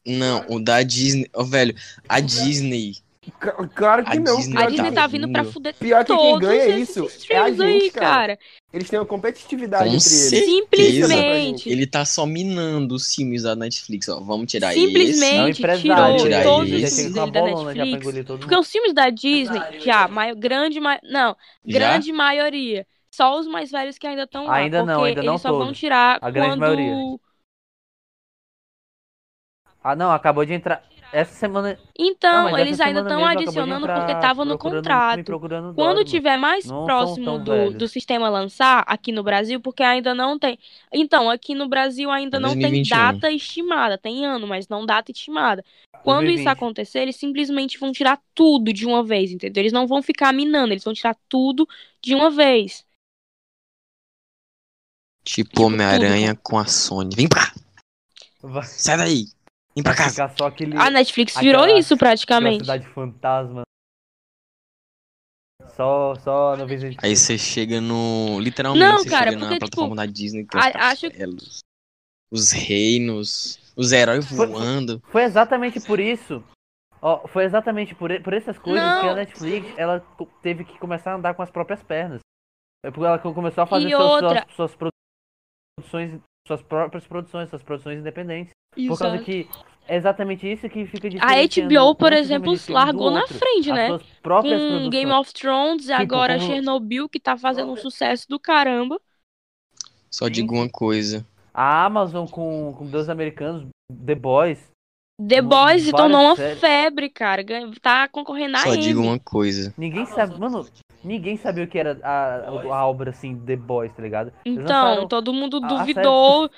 Não, o da Disney. Ó, velho, a Uhum. Disney. C- Claro que A não. Disney pior A que- Disney tá tá vindo pra vindo. fuder Pior que quem todos ganha esses isso é a streams gente, aí, cara. cara. Eles têm uma competitividade Com entre certeza. eles. Simplesmente. Ele tá só minando os filmes da Netflix, ó. Vamos tirar Simplesmente. Não, Gente, empresário, tirou já todos os chega filmes com a dele da bolona já pra Netflix. engolir todo Porque os filmes da Disney, já, mai- grande, ma não, Já? grande maioria. Só os mais velhos que ainda estão lá, Ainda não, porque ainda eles não só vão todos. tirar A grande quando... maioria. Ah, não, acabou de entrar. Essa semana. Então, não, mas essa eles ainda semana estão mesmo acabou de adicionando entrar porque tava no procurando- me contrato. procurando Quando Dogma. tiver mais Não são próximo tão do, velhos. do sistema lançar aqui no Brasil, porque ainda não tem. Então, aqui no Brasil ainda É não 2021. tem data estimada, tem ano, mas não data estimada. Quando isso 2020. acontecer, eles simplesmente vão tirar tudo de uma vez, entendeu? Eles não vão ficar minando, eles vão tirar tudo de uma vez. Tipo Homem-Aranha com a Sony. Vem pra cá, Vai sai daí. Vem pra casa. ficar só aquele. A Netflix virou Aquela- isso aquela praticamente. cidade fantasma. Só, só no Visit. Aí você chega no. Literalmente, Não, você cara, chega na porque, tipo, plataforma da Disney. Tem a- os acho- castelos, os reinos, os heróis Foi- voando. Foi exatamente por isso. Ó, foi exatamente por, e- por essas coisas Não. que a Netflix ela co- teve que começar a andar com as próprias pernas. É porque ela co- começou a fazer E suas, outra- suas, suas produções, suas próprias produções, suas produções independentes. Por causa que é exatamente isso que fica A diferenciando HBO, por um filme exemplo, de filme do largou na outro. frente, As né? suas próprias Com produções. Game of Thrones e agora Tipo, como- Chernobyl, que tá fazendo um sucesso do caramba. Só digo Uhum. uma coisa. A Amazon com, com Deus Americanos, The Boys. The Mu- Boys se várias tornou uma séries. febre, cara. Ganha- Tá concorrendo a Só Emmy. digo uma coisa. Ninguém sabe, mano, ninguém sabia o que era a, a obra assim, The Boys, tá ligado? Eles Então, lançaram- todo mundo a- a série- duvidou.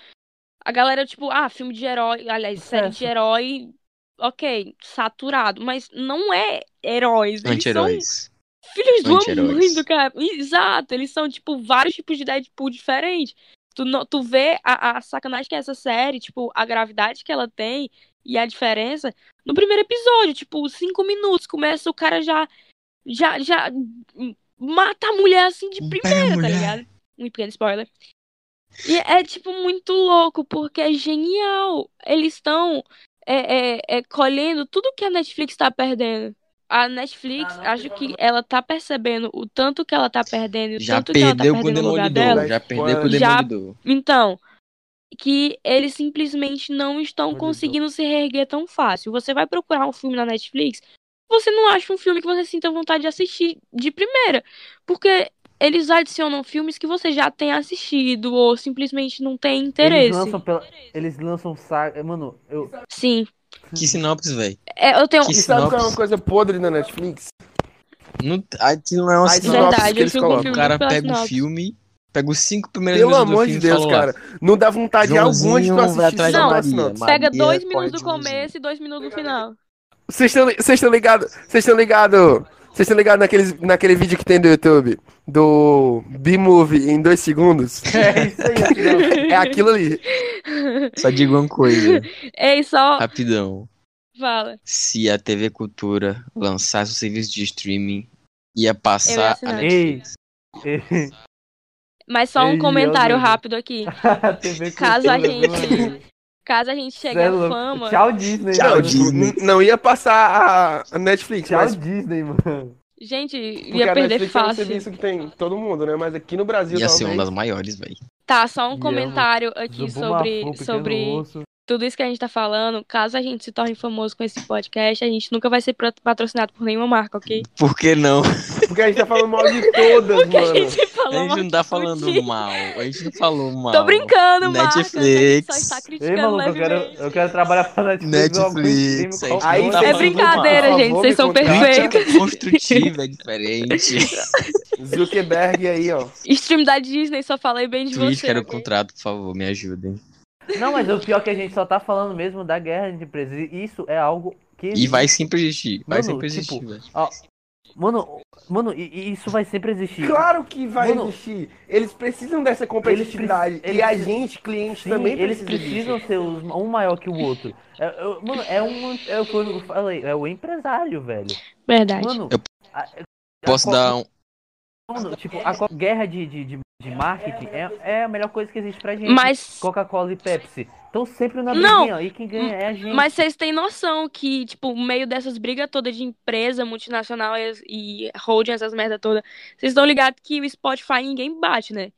A galera, tipo, ah, filme de herói, aliás, série de Sucesso. herói, ok, saturado. Mas não é heróis, eles são Anti-heróis. filhos do Anti-heróis. mãe do cara. Exato, eles são, tipo, vários tipos de Deadpool diferentes. Tu, no- tu vê a, a sacanagem que é essa série, tipo, a gravidade que ela tem e a diferença no primeiro episódio, tipo, cinco minutos, começa o cara já. Já, já hum, mata a mulher assim de Pega a primeira, tá mulher. ligado? Um pequeno spoiler. E é, tipo, muito louco, porque é genial. Eles estão é, é, é, colhendo tudo que a Netflix tá perdendo. A Ah, Netflix, acho que ela tá percebendo o tanto que ela tá perdendo, e o Já tanto que ela tá perdeu né? com o perdendo no lugar dela. Demolidor. Já perdeu com o Já- Demolidor. Então, que eles simplesmente não estão Demolidor. conseguindo se reerguer tão fácil. Você vai procurar um filme na Netflix, você não acha um filme que você sinta vontade de assistir de primeira, porque eles adicionam filmes que você já tem assistido ou simplesmente não tem Eles interesse. lançam, pela, eles lançam saga. é, Mano, eu. Sim. Que sinopse, velho. É, eu tenho Que E sabe qual é sinopse. uma coisa podre na Netflix? Não, aquilo não é uma Ai, sinopse. sinopse verdade, que eu eles fico colocam. com um O cara pela pega um o sinopse. filme, pega os cinco primeiros Pelo minutos do amor filme de e Deus, fala lá, cara. Não dá vontade alguma de Joãozinho tu vai assistir atrás só da pela Maria, sinopse. mano. Pega Maria dois minutos do pode dizer. começo e dois minutos do final. Vocês estão li- vocês estão ligados? Vocês estão ligados? Vocês estão ligados naqueles, naquele vídeo que tem do YouTube? Do B-Movie em dois segundos? É isso aí, É aquilo ali. Só digo uma coisa, Ei, só rapidão. fala. Se a TV Cultura lançasse o serviço de streaming, ia passar assinar. a Ei, Netflix. ei, Mas só um Ei, comentário amigo. rápido aqui. TV Caso a Cultura, gente- mano. Caso a gente chegue Cê é à louco. fama, Tchau, Disney. Tchau, mano. tipo, Disney. N- Não ia passar a, a Netflix, Tchau, mas Disney, mano. gente, porque ia a perder Netflix é um fácil. serviço que tem todo mundo, né? Mas aqui no Brasil Ia ser talvez- uma das maiores, velho. Tá, só um Ia, comentário aqui Zubumafu, sobre, Pequeno sobre Urso. tudo isso que a gente tá falando. Caso a gente se torne famoso com esse podcast, a gente nunca vai ser pro- patrocinado por nenhuma marca, ok? Por que não? Porque a gente tá falando mal de todas, Porque a mano. gente A falou gente não tá mal de tudo. falando mal. A gente não falou mal. Tô brincando, Marcos. Netflix. Só está Ei, criticando maluco, eu quero, Tá levemente. eu quero trabalhar pra Netflix. Netflix, algum crime, aí qualquer tá um. coisa. falando É mal. brincadeira, Por gente. favor, Vocês me são contrata. perfeitos. Crítica construtiva é diferente. Zuckerberg aí, ó. Stream da Disney, só falei bem de Twitch, você. quero o ok? contrato, por favor, me ajudem. Não, mas o pior é que a gente só tá falando mesmo da guerra de empresas. E isso é algo que. E vai sempre existir. Vai Mano, sempre tipo, existir, velho. Mano, mano, e- e isso vai sempre existir. Claro que vai Mano, existir. Eles precisam dessa competitividade. preci- e a eles- gente, cliente, Sim, também eles precisa precisam ser os- um maior que o outro. É, eu- mano, é um. É o que eu falei, é o empresário, velho. Verdade. Mano, Eu a- a Posso Copa- dar um. Mano, tipo, a co- guerra de, de, de, de marketing é, é a melhor coisa que existe pra gente. Mas, Coca-Cola e Pepsi. Estão sempre na Não, briguinha, ó, e quem ganha é a gente. mas vocês têm noção que, tipo, no meio dessas brigas todas de empresa multinacional e, e holding, essas merda toda, vocês estão ligados que o Spotify ninguém bate, né?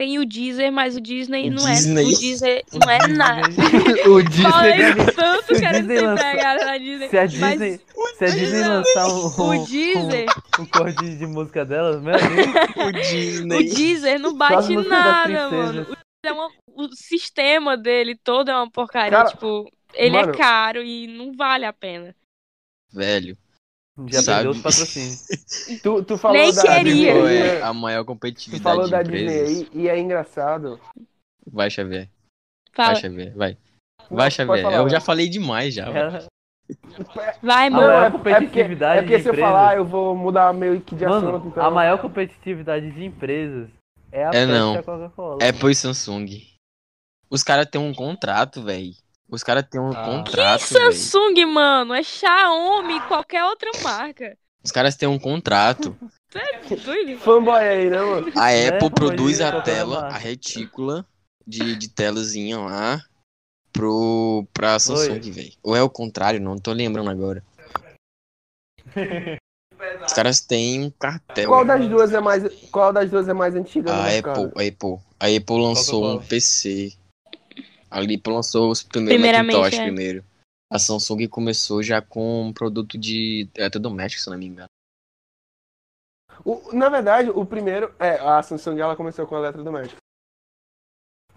Tem o Deezer, mas o Disney não é. Disney. O Disney não é nada. o Falei Disney. tanto Se que era Disney lançar- desempregado na Disney. Se a mas Disney, se a Disney Não, lançar um, um, o Deezer, um, um corte de música delas, meu amigo, O o Disney. Deezer não as bate músicas nada, das mano. princesas. é uma- o sistema dele todo é uma porcaria. Cara, tipo, ele mano. é caro e não vale a pena. Velho, Já Sabe? perdeu os patrocínios. Tu, tu falou Nem da queria. Disney, é né? a maior Tu competitividade falou de da Disney empresas. aí e é engraçado. Vai, Xavier. Vai, Fala, Xavier. Vai. Não, Vai, pode Xavier. falar, eu vai. É. já falei demais já. velho. Ela- vai, É, A maior mano. competitividade é porque, é porque de se eu empresas. falar, eu vou mudar meio que de assunto. Mano, Então... a maior competitividade de empresas é a É Pepsi e não. a Coca-Cola. É pois Samsung. Os caras têm um contrato, velho. Os caras têm um Ah. contrato. véi. É Samsung, mano, é Xiaomi, qualquer outra marca. Os caras têm um contrato. Doido? Fanboy aí, né, mano? A É, Apple pô, produz ele tá a tela, falando. a retícula de, de telazinha lá pro, pra Samsung, velho. Ou é o contrário, não tô lembrando agora. Os caras têm um cartel. Qual das duas é mais, qual das duas é mais antiga? A né, cara? Apple, a Apple. A Apple lançou um Coca-Cola. PC. A Apple lançou os primeiros Primeiramente, Macintosh é. primeiro. A Samsung começou já com um produto de eletrodoméstico, se não me engano. O- na verdade, o primeiro. É, a Samsung ela começou com eletrodoméstico.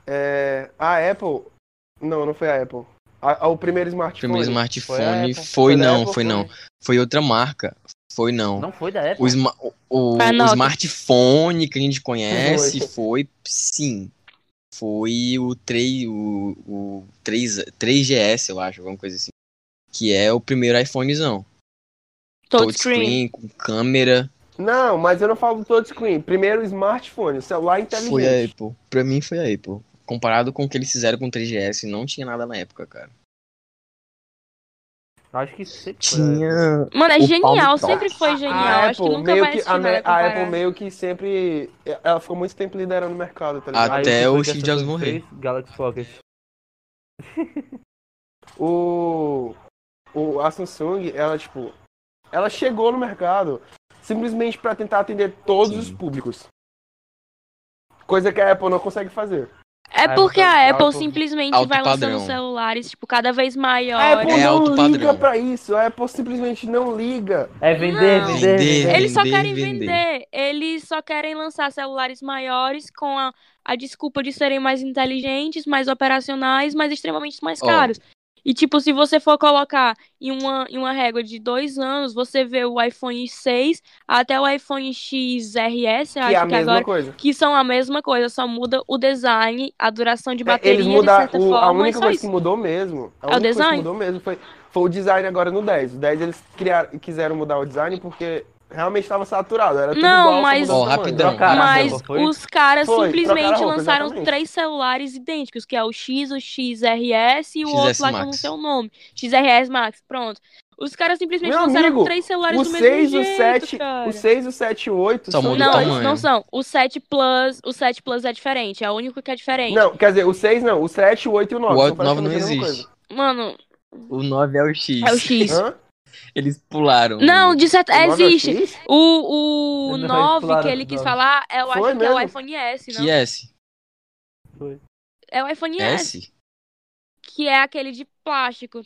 É, a Apple. Não, não foi a Apple. A- a- o primeiro O smartphone. primeiro a um smartphone Apple. foi, Foi da não, Apple, foi não. Foi outra marca. Foi não. Não foi da época. O, esma- o- o- Foi a o Nokia. smartphone que a gente conhece Foi. foi, sim. Foi o, 3, o, o 3, 3GS, eu acho, alguma coisa assim. Que é o primeiro iPhonezão. Touchscreen, Touchscreen. com câmera. Não, mas eu não falo do touchscreen. Primeiro o smartphone, o celular inteligente. Foi a Apple. Pra mim foi a Apple. Comparado com o que eles fizeram com o 3GS, não tinha nada na época, cara. Acho que sempre foi da época. Tinha. Mano, é O genial, Palm Top. sempre foi genial. Acho Ah, que nunca meio vai que- existir a, me- nada a comparado. Apple meio que sempre. Ela ficou muito tempo liderando o mercado, tá ligado? Aí Até que o foi que Steve a Jobs Samsung morrer. fez Galaxy Pocket. o, o a Samsung, ela tipo, ela chegou no mercado simplesmente para tentar atender todos Sim. os públicos. Coisa que a Apple não consegue fazer. É Apple porque tá- a Apple Apple- simplesmente alto vai lançando padrão. celulares, tipo, cada vez A maiores. Apple É não alto liga padrão. pra isso. A Apple simplesmente não liga. É vender, Não. Vender. vender, vender. Eles só Vender, querem vender. vender. Eles só querem lançar celulares maiores com a, a desculpa de serem mais inteligentes, mais operacionais, mas extremamente mais Ó. caros. E, tipo, se você for colocar em uma, em uma régua de dois anos, você vê o iPhone 6 até o iPhone XRS, eu que é a acho que mesma agora. coisa. Que são a mesma coisa, só muda o design, a duração de bateria, É, Eles de mudaram. certa o- forma, a e única só coisa isso. que mudou mesmo. É A o única coisa design. que mudou mesmo foi, foi o design agora no 10. O 10 eles criaram, quiseram mudar o design porque Realmente tava saturado, era tudo Não, igual, só mas- mudando Ó, o tamanho. rapidão. Trocaram a Mas roupa, foi? os caras Foi, simplesmente trocaram a roupa, lançaram exatamente. três celulares idênticos, que é o X, o XRS e o outro XS lá que eu não Max. sei o nome. XRS Max, pronto. Os caras simplesmente Meu lançaram amigo, três celulares O do mesmo 6, o jeito, 7, cara. o 6, o 7 e o 8 Só são muda o Não, iguais. eles tamanho. não são. O 7 Plus, o 7 Plus é diferente, é o único que é diferente. Não, quer dizer, o 6 não, o 7, o 8 e o 9. O são 8 9 não praticamente a mesma existe. Mano, O 9 é o X. é o X. coisa. Hã? Eles pularam. Não, de certa... O 9 é o existe. X? O, o Não, 9 claro, que ele quis não. falar, é, eu acho Foi que é o mesmo? iPhone S, não? Que S? É o iPhone S, S? que é aquele de plástico.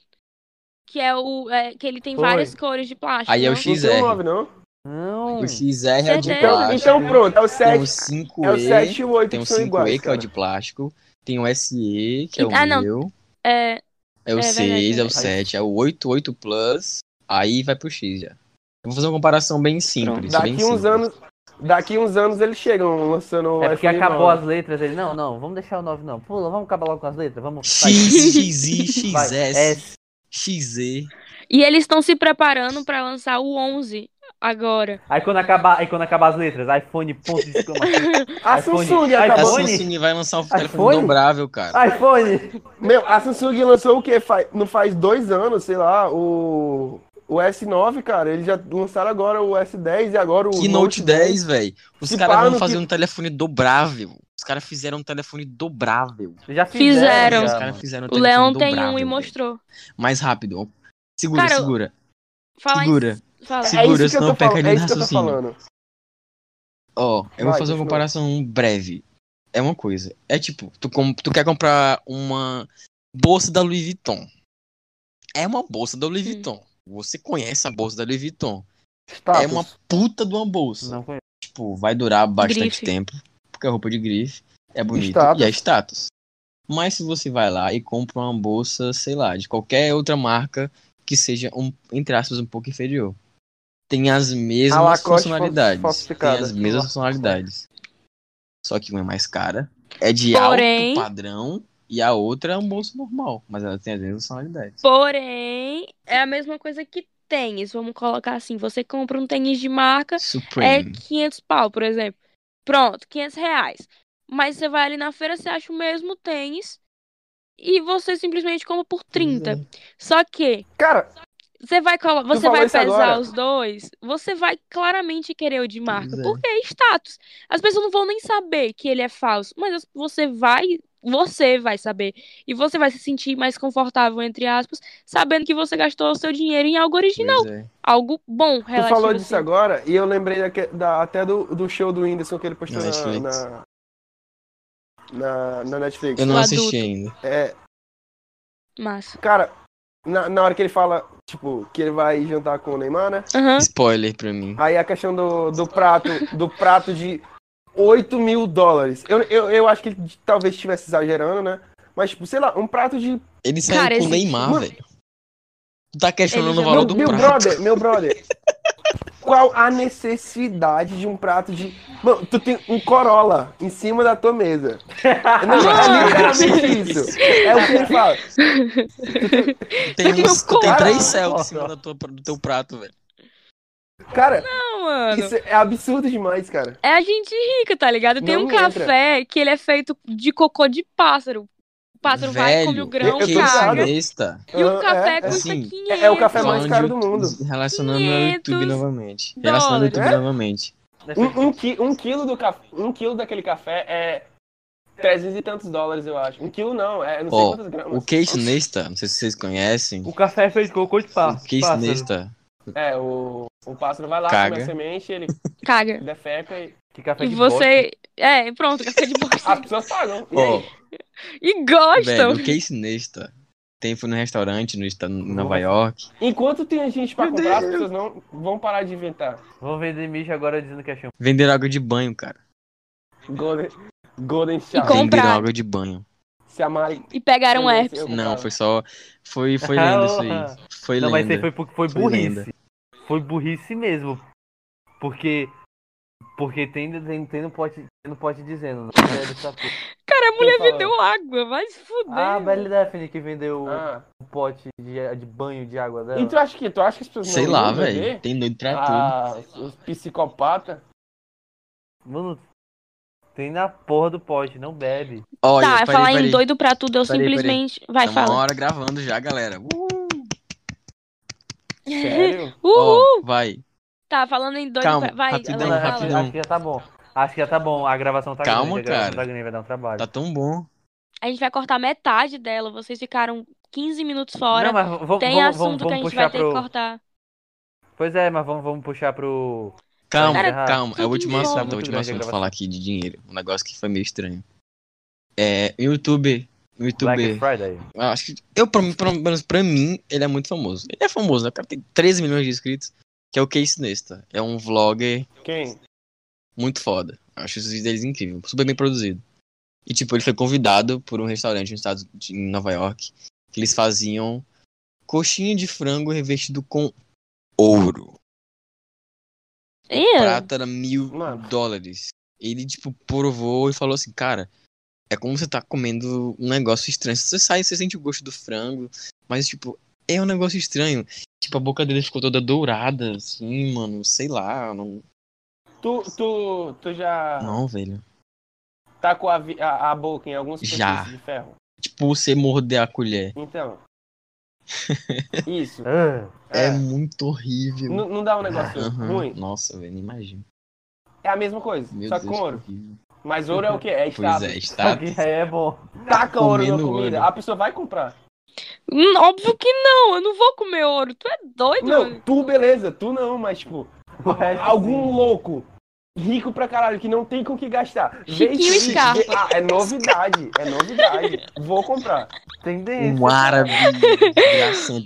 Que é o. é, que ele tem Foi. várias cores de plástico. né? Aí é o não? Não XR. tem o 9, não? Não. O XR é o de Certeza. Então, plástico. então pronto, é o Tem o 7, é o 7 5E. e o 8 Tem o que são 5E, iguais. que é o cara. de plástico. Tem o SE, que é o Ah, não. meu. É, É o É 6, verdade, é o verdade. 7, é o 8, 8 Plus. Aí vai pro X já. Eu vou fazer uma comparação bem simples. bem Daqui uns simples. anos, daqui uns anos eles chegam lançando o É porque iPhone acabou as nove. letras. Ele, não, não, vamos deixar o 9 não. Pula, vamos acabar logo com as letras. Vamos. sai. X, XI, Vai, É. XS, S. XZ. E eles estão se preparando pra lançar o 11 agora. Aí quando acabar, aí quando acabar as letras, iPhone, ponto de exclamação. A iPhone. Samsung iPhone. A acabou. Ah, iPhone? Samsung vai lançar um telefone iPhone? dobrável, cara. iPhone! Meu, a Samsung lançou o quê? Faz- não faz dois anos, sei lá, o. O S9, cara, eles já lançaram agora o S10 e agora o. que Note 10, velho. Os Se caras pá, vão no fazer que- um telefone dobrável. Os caras fizeram um telefone dobrável. Já Fizeram. fizeram. Os já, caras mano. fizeram um O telefone Leon tem dobrável. um e véi. mostrou. Mais rápido. ó. Segura, Cara, segura. Fala em- Segura. Fala. Se- É isso Segura, que eu senão tô pega falando. ali É no isso que eu tô raciocínio. falando. Ó, eu vou fazer Vai, uma continua. comparação breve. É uma coisa. É tipo, tu, com- tu quer comprar uma bolsa da Louis Vuitton. É uma bolsa da Louis Hum. Vuitton. Você conhece a bolsa da Louis Vuitton. Status. É uma puta de uma bolsa. Não conheço. Tipo, vai durar bastante Grife. tempo. Porque é roupa de grife. É bonita Status. e é status. Mas se você vai lá e compra uma bolsa, sei lá, de qualquer outra marca que seja, um, entre aspas, um pouco inferior. Tem as A mesmas Lacoste funcionalidades. Tem falsificada. as mesmas Lacoste. funcionalidades. Só que uma é mais cara. É de Porém- alto padrão. E a outra é um bolso normal. Mas ela tem as mesmas funcionalidades. Porém, é a mesma coisa que tênis. Vamos colocar assim: você compra um tênis de marca, é Supreme. 500 pau, por exemplo. Pronto, 500 reais. Mas você vai ali na feira, você acha o mesmo tênis e você simplesmente compra por 30. é. Só que Cara, Você vai, colo- você falou vai isso pesar agora. os dois, você vai claramente querer o de marca, Pois é. porque é status. As pessoas não vão nem saber que ele é falso, mas as- você vai, você vai saber. E você vai se sentir mais confortável, entre aspas, sabendo que você gastou o seu dinheiro em algo original, Pois é. algo bom, tu relativo falou disso assim. agora e eu lembrei daque- da- até do, do show do Whindersson que ele postou Na na, Netflix. na, na, na Netflix. Eu não O assisti adulto. ainda. É, Massa. Cara, na, na hora que ele fala, tipo, que ele vai jantar com o Neymar, né? Aham. Spoiler pra mim. Aí a questão do, do prato, do prato de 8 mil dólares. Eu, eu, eu acho que ele talvez estivesse exagerando, né? Mas, tipo, sei lá, um prato de. Ele saiu Cara, com o existe. Neymar, Mano, velho. Tu tá questionando Ele o já- Meu, valor do meu prato. brother, meu brother. Qual a necessidade de um prato de. Mano, tu tem um Corolla em cima da tua mesa. Não, é literalmente isso. É o que ele fala. Tem, Meu uns- tu tem colar. três céus em cima da tua- do teu prato, velho. Cara, Não, mano. isso é absurdo demais, cara. É a gente rica, tá ligado? Tem Não um entra. café que ele é feito de cocô de pássaro. O pássaro vai, come o grão, é que caga. besta. E o Ah, café é, custa assim, 500. é- é o café mais Falando caro de do YouTube- mundo. Relacionando ao YouTube 500 novamente. dólares. Relacionando ao YouTube É? novamente. Um, um, qui- um quilo do café, um quilo daquele café é 300 e tantos dólares, eu acho. Um quilo não, é não sei Ó, quantas gramas. O Case Nesta, não sei se vocês conhecem. O café fez cocô de O passo. Case Nesta. É, o, o pássaro vai lá, Caga. come a semente, ele Caga. defeca e Que café E de você. É, pronto, café de bosta. as pessoas pagam. E Ó, aí? E gostam. Ah, velho, o Case Nesta. Tem, foi num restaurante no, esta- em Nova Nossa. York. Enquanto tem gente pra Meu comprar, as Deus. pessoas não vão parar de inventar. bosta. Vão vender mijo agora dizendo que é chumbo. Venderam água de banho, cara. Golden, Golden E Shower. com- Venderam Comprar. água de banho. Se a Mari... E pegaram um herpes. Eu Não, comprava. foi só. Foi, foi lenda isso Ah, aí. Foi Não, mas lenda. isso aí foi, por- foi Foi burrice. lenda. Foi burrice mesmo. né? Ah. Porque. Porque tem, tem, tem no pote, tem no pote dizendo. Não é dessa porra. Cara, a mulher falando. vendeu água, vai se fuder. Ah, a Belle Daphne que vendeu Ah. o pote de, de banho de água dela. E tu acha que, tu acha que as pessoas não Sei lá, usam, velho. quê? Tem doido pra É tudo. Ah, os psicopatas. Mano, tem na porra do pote, não bebe. Olha, Tá, peraí, falar peraí. em doido pra tudo, eu Peraí, peraí. simplesmente. Vai, Tá uma fala. hora gravando já, galera. Uh, Sério? Uhul! ó, vai. Tá, falando em doido Calma, pra. Vai, Então, rapidão, ela fala. acho, acho que já tá bom. Acho que já tá bom. A gravação tá Calma, grande, a gravação cara. tá grande, vai dar um trabalho. Tá tão bom. A gente vai cortar metade dela. Vocês ficaram 15 minutos fora. Não, mas vamos, Tem vamos, assunto vamos, que vamos a gente puxar vai ter pro... que cortar. Pois é, mas vamos, vamos puxar pro... Calma, Cara, calma. É o tudo último envolve. assunto, é o Tá Muito último grande a assunto. gravação. Falar aqui de dinheiro. Um negócio que foi meio estranho. É, o youtuber. O Black youtuber. Friday. Eu acho que. Eu, pra, mim- pelo menos pra mim, ele é muito famoso. Ele é famoso, né? O cara tem 13 milhões de inscritos, que é o Case Nesta. É um vlogger Quem? muito foda. Eu acho os vídeos deles incríveis, super bem produzido. E tipo, ele foi convidado por um restaurante nos Estados de- em Nova York, que eles faziam coxinha de frango revestido com ouro. Ih, Prata era mil Mano. dólares. Ele, tipo, provou e falou assim, cara, é como você tá comendo um negócio estranho. Você sai, você sente o gosto do frango, mas, tipo, é um negócio estranho. Tipo, a boca dele ficou toda dourada, assim, mano, sei lá, não, Tu, tu, tu já não velho. tá com a, vi- a, a boca em alguns Já. superfícies de ferro? Tipo, você morder a colher. Então. Isso. Ah, É, É. muito horrível. N- Não dá um negócio Aham. ruim? Nossa, velho, nem imagino. É a mesma coisa, Meu só Deus, com que ouro. horrível. Mas ouro é o quê? É Pois estado. é, tá. está. é bom. Taca ouro na Comendo comida, ouro. a pessoa vai comprar. Hum, Óbvio que não, eu não vou comer ouro. Tu é doido? Não, tu beleza, tu não, mas tipo, O resto, assim, algum louco rico pra caralho que não tem com o que gastar. Vê Chiquinho isso e Scarpa. vê- Ah, é novidade, é novidade. Vou comprar. Tendência. Um árabe desgraçado.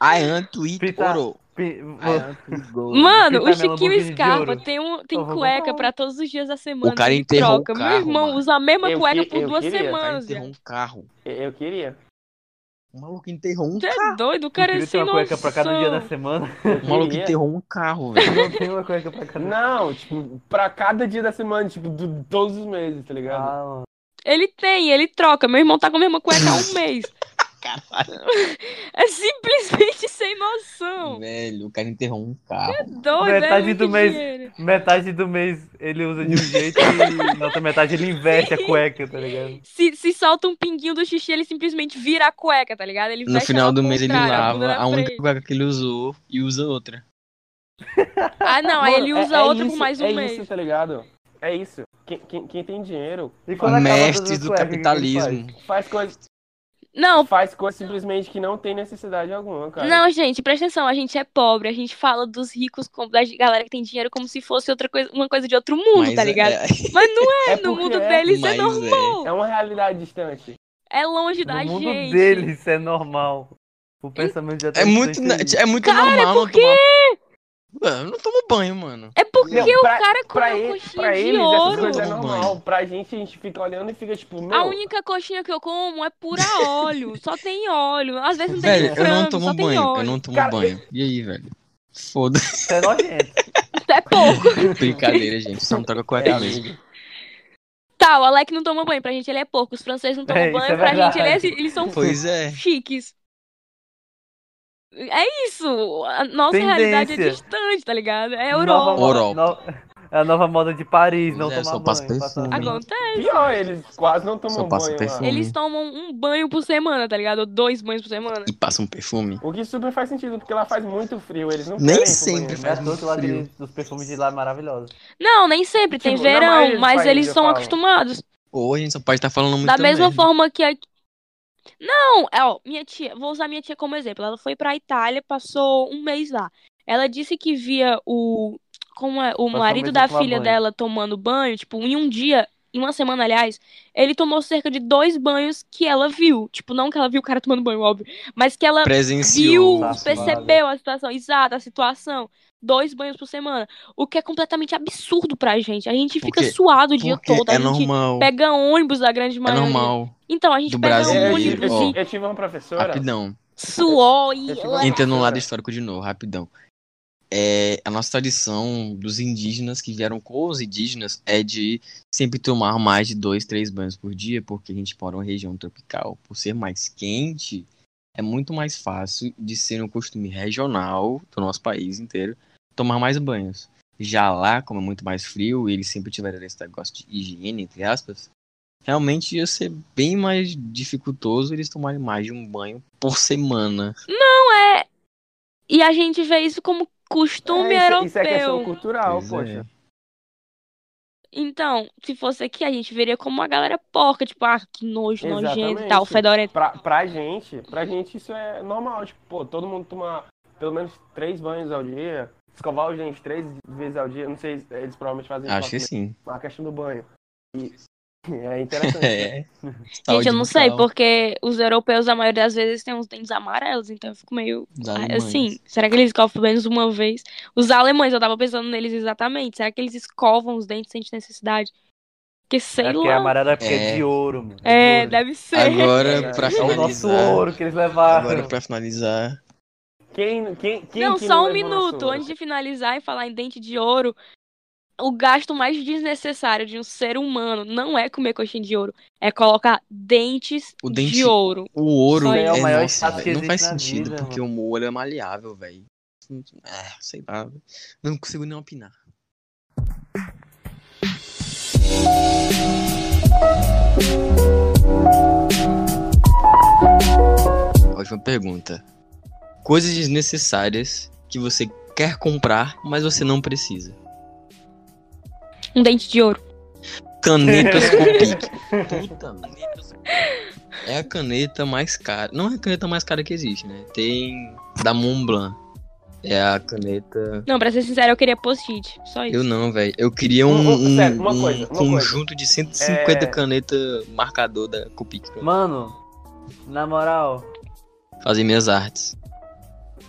Ayanto e Pita- Oro. Pi- Ah, é. Ayanto e Goro. Mano, o Fica nela Chiquinho boquinha de Scarpa ouro. tem, um, tem Eu vou cueca comprar um. pra todos os dias da semana. O cara ele enterrou troca. o Meu carro, irmão mano. usa a mesma Eu cueca que- por eu duas queria, tá O cara semanas. enterrou viado. um carro. Eu, eu queria. O maluco enterrou um Tu é doido? O cara é Queria ter sem uma cueca pra cada dia da noção. semana. Eu O maluco queria. enterrou um carro, velho. Não tem uma cueca pra cada Não, tipo, pra cada dia da semana, tipo, de todos os meses, tá ligado? Ah, mano. Ele tem, ele troca. Meu irmão tá com a mesma cueca há um mês. Caralho. É simplesmente sem noção. Velho, o cara enterrou um carro. Doido, tá Metade é muito do mês. dinheiro. Metade do mês ele usa de um jeito e na outra metade ele investe a cueca, tá ligado? Se, se solta um pinguinho do xixi, ele simplesmente vira a cueca, tá ligado? Ele No veste final ela do ao mês ele contrário, a bunda lava na a única frente. cueca que ele usou e usa outra. Ah, não, aí Mano, ele é- usa é outra por isso, mais um é mês. isso, tá ligado? É isso. Quem, quem, quem tem dinheiro E Mestres todas as do cuecas, o que que ele faz? capitalismo. faz coisa, Não, faz coisa simplesmente que não tem necessidade alguma, cara. não, gente, presta atenção, a gente é pobre, a gente fala dos ricos, como- da galera que tem dinheiro como se fosse outra coisa, uma coisa de outro mundo, Mas tá é- ligado? é- Mas não é, É no porque mundo é, deles é mas normal. É uma realidade distante. É, longe da No mundo gente. deles é normal. O pensamento já tá É muito, na- distante. é muito Cara, normal por não tomar. Mano, eu não tomo banho, mano. É porque Não, o pra- cara Pra, comeu ele, coxinha pra de eles, essas ouro. coisas é Não, normal. mãe. Pra gente, a gente fica olhando e fica tipo, A meu, única coxinha que eu como é pura óleo. Só tem óleo. Às vezes não tem Velho, nem eu não frango, tomo só tem banho. Eu óleo. não tomo Cara, banho. E aí, velho? Foda-se. Isso é nojento. É pouco. Brincadeira, gente. Só não toca é, cueca mesmo. amigo. Tá, o Alec não toma banho. Pra gente ele é pouco. Os franceses não tomam É, isso banho. é pra gente ele é- verdade. eles são Pois é. chiques. É isso. A nossa Tendência. realidade é distante, tá ligado? É Nova Europa. moda- Europa. no- É a nova moda de Paris, não Pois é, tomar só banho. passa passar- né? perfume. Acontece. Pior, eles quase não tomam Só passa banho lá. perfume. tá, Eles tomam um banho por semana, tá ligado? Ou dois banhos por semana. E passa um perfume. O que super faz sentido, porque lá faz muito frio, eles não Nem querem ir pro sempre É banheiro. à toa que lá tem os perfumes de lá maravilhosos. Não, nem sempre. Tem Tipo, na verão, é maioria dos mas países eles eu são falo. acostumados. Ou a gente só pode estar falando muito Da mesma merda. forma que aqui. Não, é, ó, minha tia, vou usar minha tia como exemplo. Ela foi pra Itália, passou um mês lá. Ela disse que via o como é, o um marido mês da sem tomar filha banho. dela tomando banho, tipo, em um dia, em uma semana, aliás, ele tomou cerca de dois banhos que ela viu. Tipo, não que ela viu o cara tomando banho, óbvio, mas que ela Presenciou. viu, Safado. percebeu a situação, exato, a situação. Dois banhos por semana, o que é completamente absurdo pra gente. A gente fica Porque- suado o dia Porque todo, a é gente normal. pega ônibus da grande É maioria. normal. Então, a gente Do pega Brasil, um É, eu, Brasil, tive- ônibus eu ó. tive- eu tive uma professora. Rapidão. suor e... Eu tive uma Entra num professora. lado histórico de novo, rapidão. é, a nossa tradição dos indígenas que vieram com os indígenas é de sempre tomar mais de dois, três banhos por dia, porque a gente mora em uma região tropical. Por ser mais quente, é muito mais fácil de ser um costume regional do nosso país inteiro tomar mais banhos. Já lá, como é muito mais frio e eles sempre tiveram esse negócio de higiene, entre aspas, realmente ia ser bem mais dificultoso eles tomarem mais de um banho por semana. Não é. E a gente vê isso como costume É, isso, europeu. isso é questão cultural, Pois poxa. é. Então, se fosse aqui, a gente veria como uma galera porca, tipo, ah, que nojo, nojento e tal, Exatamente. fedorento. Pra, pra gente, pra gente isso é normal. Tipo, pô, todo mundo toma pelo menos três banhos ao dia, escovar os dentes três vezes ao dia. Não sei, eles provavelmente fazem Acho que isso sim. a questão do banho. E- é interessante. né? É. Gente, Saúde eu não sei, bucal porque os europeus, a maioria das vezes, tem uns dentes amarelos, então eu fico meio. dos ah, alemães. Assim, será que eles escovam pelo menos uma vez? Os alemães, eu tava pensando neles exatamente. Será que eles escovam os dentes sem necessidade? Porque sei É porque é lá. amarelo é porque é É. de ouro, mano. É, de ouro. deve ser. Agora, pra É É o nosso finalizar. ouro que eles levaram. Agora, pra finalizar. Quem, quem, quem não, que só um levou na minuto. sua? Antes de finalizar e falar em dente de ouro, o gasto mais desnecessário de um ser humano não é comer coxinha de ouro, é colocar dentes O de dente- ouro. O ouro Isso aí é, é o maior nossa, estado que velho, não existe faz na sentido, vida, porque o ouro é maleável, velho. É, sei lá. velho. Não consigo nem opinar. Última pergunta. Coisas desnecessárias que você quer comprar, mas você não precisa. Um dente de ouro. Canetas com pique. Puta merda. É a caneta mais cara. Não é a caneta mais cara que existe, né? Tem da Montblanc. É a caneta. Não, pra ser sincero, eu queria post-it. Só isso. Eu não, velho. Eu queria um, Um- um- sério, um- uma um coisa, uma conjunto de 150 É. canetas marcador da Copic pra Mano, na moral, fazer minhas artes.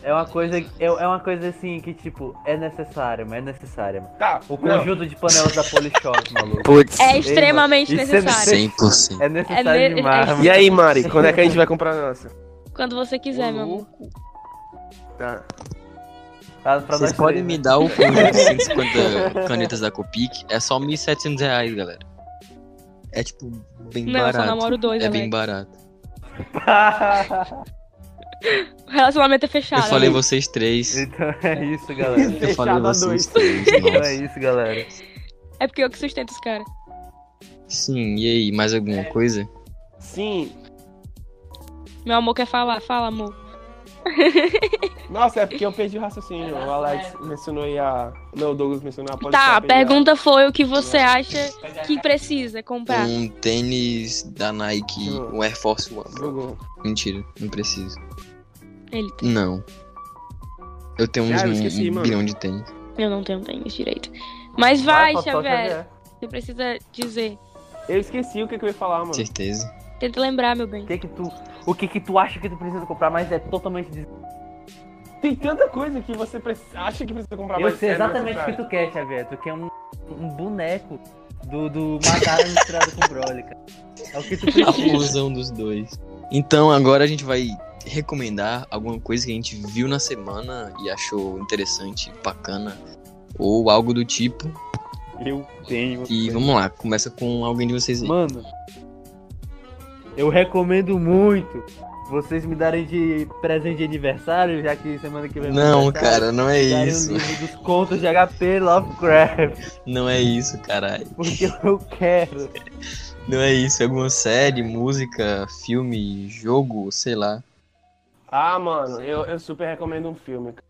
é uma coisa, é, é uma coisa assim que, tipo, é necessária, mas é necessária. mano. Tá, O não, conjunto de panelas da Polishop, maluco. Putz. É extremamente Ei, mano, isso é necessário. 100%. É necessário É ne- demais. é- mano. E aí, Mari, quando é que a gente vai comprar a nossa? Quando você quiser, meu amor. Tá. Tá pra Vocês nós podem três, me né? dar o conjunto de 150 canetas da Copic. É só 1.700 reais, galera. É tipo, bem Não, eu só barato. namoro dois, é bem Alex. barato. O relacionamento é Eu fechado. falei Alex. vocês três. Então é isso, galera. Eu falei Fechado a vocês dois. três. Então é Nossa. isso, galera. É porque eu que sustento os caras. Sim, e aí, mais alguma coisa? Sim. Meu amor quer falar. Fala, amor. Nossa, é porque eu perdi o raciocínio. O Alex mencionou aí a. Não, o Douglas mencionou a Tá, a Polishop e pergunta foi o que você acha que precisa comprar. Um tênis da Nike, um Air Force One. é. Google. Mentira, não preciso. Ele tem. Não. Eu tenho uns Ah, eu um- esqueci, um mano. bilhão de tênis. Eu não tenho tênis direito. Mas vai, Fotó Xavier. Xavier. Você precisa dizer. Eu esqueci o que, que eu ia falar, mano. Certeza. Tenta lembrar, meu O bem. que que tu, o que que tu acha que tu precisa comprar, mas é totalmente des... Tem tanta coisa que você preci- acha que precisa comprar, Eu mas sei é exatamente o que necessário. tu quer, Xavier. Tu quer um, um boneco do, do Macaron misturado com Broly, cara. É o que tu A precisa. fusão dos dois. Então, agora a gente vai recomendar alguma coisa que a gente viu na semana e achou interessante, bacana, ou algo do tipo. Eu tenho. E vamos lá, começa com alguém de vocês aí. Mano, eu recomendo muito vocês me darem de presente de aniversário, já que semana que vem é meu Não, aniversário, cara, não é me darem isso. um livro dos contos de HP Lovecraft, Não é isso, caralho. porque eu quero. Não é isso, é alguma série, música, filme, jogo, sei lá. Ah, mano, eu, eu super recomendo um filme. cara.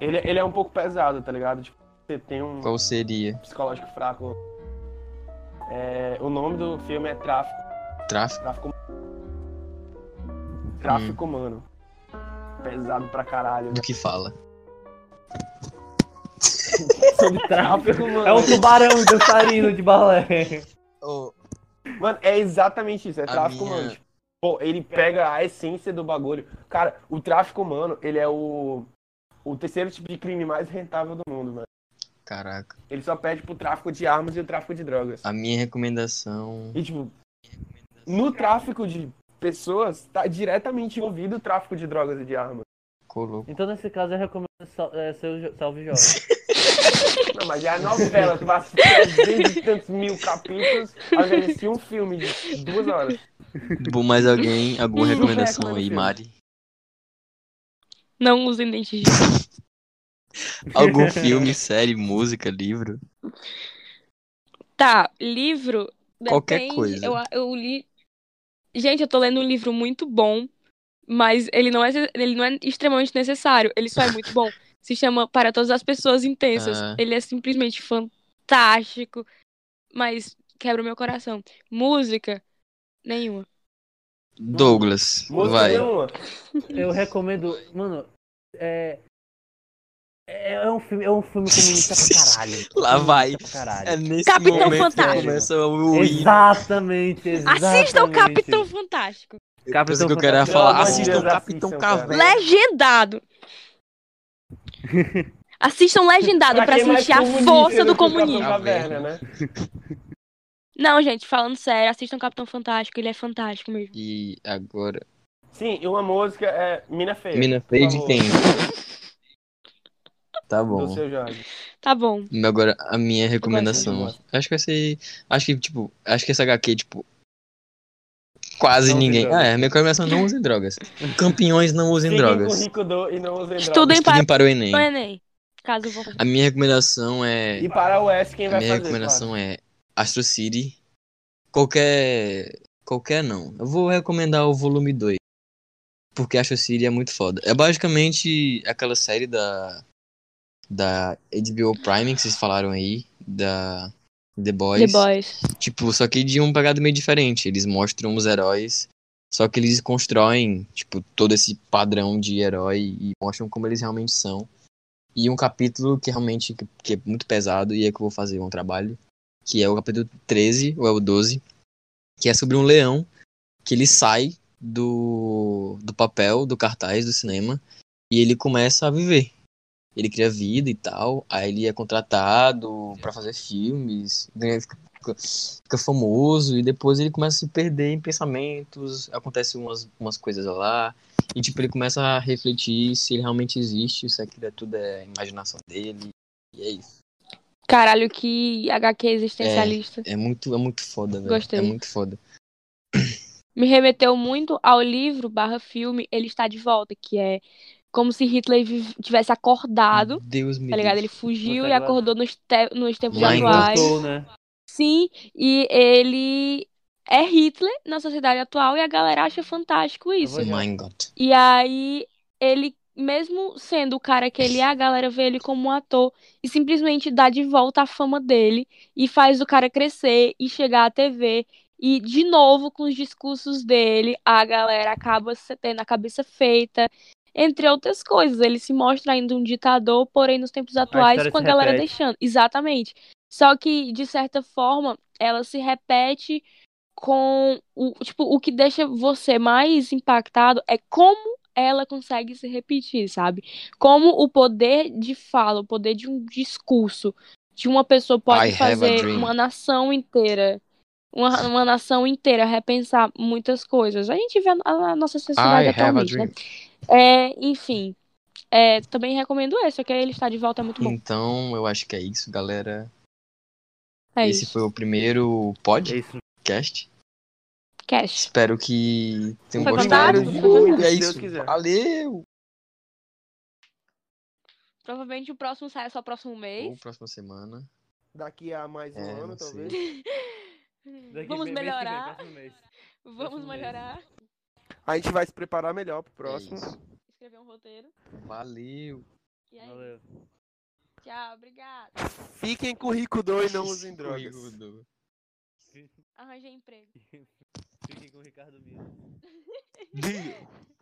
Ele, ele é um pouco pesado, tá ligado? Tipo, você tem um Qual seria? psicológico fraco. É, o nome do filme é Tráfico. Tráfico? Tráfico, Tráfico Humano. Pesado pra caralho. Do que fala? Sobre tráfico. Tráfico Humano. É um tubarão dançarino de balé. Mano, é exatamente isso, é A tráfico minha- humano. Tipo, pô, ele pega a essência do bagulho. Cara, o tráfico humano, ele é o, o terceiro tipo de crime mais rentável do mundo, mano. Caraca. Ele só perde pro tráfico de armas e o tráfico de drogas. A minha recomendação. E, tipo, no tráfico de pessoas, tá diretamente envolvido o tráfico de drogas e de armas. Colou. Então, nesse caso, eu recomendo sal- é, seu jo- Salve Jorge. Não, mas é a novela, tu vai assistir 300 e tantos mil capítulos, ao invés de assistir um filme de duas horas. Bom, Tipo, mais alguém, alguma Hum, recomendação recomendo aí, filme. Mari? Não usem dente de gelo. Algum filme, série, música, livro? Tá, livro. Qualquer depende, coisa. Eu, eu li. Gente, eu tô lendo um livro muito bom, mas ele não é, ele não é extremamente necessário. Ele só é muito bom. Se chama Para Todas as Pessoas Intensas. Ah. Ele é simplesmente fantástico, mas quebra o meu coração. Música, nenhuma. Douglas, Música vai. é um nenhuma. Eu recomendo. Mano, é. É um filme, é um filme comunista pra caralho. Lá vai. Comunista pra caralho. É nesse Capitão momento Fantástico. que começa o hino. Exatamente, exatamente. Assista o Capitão Fantástico. Coisa que eu Fantástico. quero é Pelo falar, amor de assistam Deus, Capitão assistam, cara. Caverna. Legendado. Assistam Legendado pra quem é mais sentir a comunista força do do que o comunismo. Capitão Caverna, né? Não, gente, falando sério, assistam Capitão Fantástico, ele é fantástico mesmo. E agora. Sim, e uma música é Mina Feia. Mina por Feia de favor, quem? Tá Do bom. seu Jorge. Tá bom. Agora, a minha recomendação. gosto. Acho que vai ser. Acho que, tipo, acho que essa HQ, tipo. Quase Não usem ninguém. Ah, drogas. é, minha recomendação não usem drogas. Campeões não usem Fiquem com o drogas. um rico do e não usem Estudem drogas. Tem para- Estudem para o Enem. No Enem, caso vou. A minha recomendação é. E para o S, quem A vai minha fazer? recomendação é Astro City. Qualquer. Qualquer não. Eu vou recomendar o volume 2. Porque Astro City é muito foda. É basicamente aquela série da. Da HBO Prime que vocês falaram aí. Da. The Boys. The Boys. Tipo, só que de um pegado meio diferente. Eles mostram os heróis. Só que eles constroem, tipo, todo esse padrão de herói e mostram como eles realmente são. E um capítulo que realmente que, que é muito pesado e é que eu vou fazer um trabalho, que é o capítulo 13, ou é o 12, que é sobre um leão que ele sai do, do papel, do cartaz, do cinema, e ele começa a viver. Ele cria vida e tal, aí ele é contratado pra fazer filmes, ganha, fica, fica famoso e depois ele começa a se perder em pensamentos, acontecem umas, umas coisas lá, e tipo, ele começa a refletir se ele realmente existe, se aquilo é tudo é imaginação dele, e é isso. Caralho, que HQ existencialista. É muito, é muito foda, velho. Gostei. É muito foda. Me remeteu muito ao livro barra filme Ele Está de Volta, que é como se Hitler vi- tivesse acordado, Deus me tá ligado? livre. Ele fugiu Nossa, e agora- acordou nos, te- nos tempos Lá em atuais. Voltou, né? Sim, e ele é Hitler na sociedade atual e a galera acha fantástico isso. vou- Oh My God. E aí, ele, mesmo sendo o cara que ele é, a galera vê ele como um ator e simplesmente dá de volta a fama dele e faz o cara crescer e chegar à TV. E, de novo, com os discursos dele, a galera acaba se- tendo a cabeça feita, entre outras coisas. Ele se mostra ainda um ditador, porém, nos tempos atuais, história com a se galera repete. deixando. Exatamente. Só que, de certa forma, ela se repete com o, tipo, o que deixa você mais impactado é como ela consegue se repetir, sabe? Como o poder de fala, o poder de um discurso de uma pessoa pode I have a fazer dream. uma nação inteira, uma, uma nação inteira repensar muitas coisas. A gente vê a, a nossa sociedade I have a atualmente, né? dream. É, enfim, é, também recomendo esse, ok? Ele está de volta, é muito bom. Então, eu acho que é isso, galera. É Esse isso. foi o primeiro É podcast. isso. Cash. Espero que tenham Foi gostado. fantástico, foi Uh, fantástico. é Se Deus isso. quiser. Valeu! Provavelmente o próximo sai é só o próximo mês. Ou próxima semana. Daqui a mais um É, não ano, sei. talvez. Vamos Daqui mês que vem, melhorar, próximo mês. vamos próximo mês. melhorar. A gente vai se preparar melhor pro próximo. É isso. Escrever um roteiro. Valeu! E aí, Valeu. tchau, obrigada. Fiquem com o rico do e não usem drogas. Cuidado. Arranjei emprego. Fiquem com o Ricardo Miro. Deal.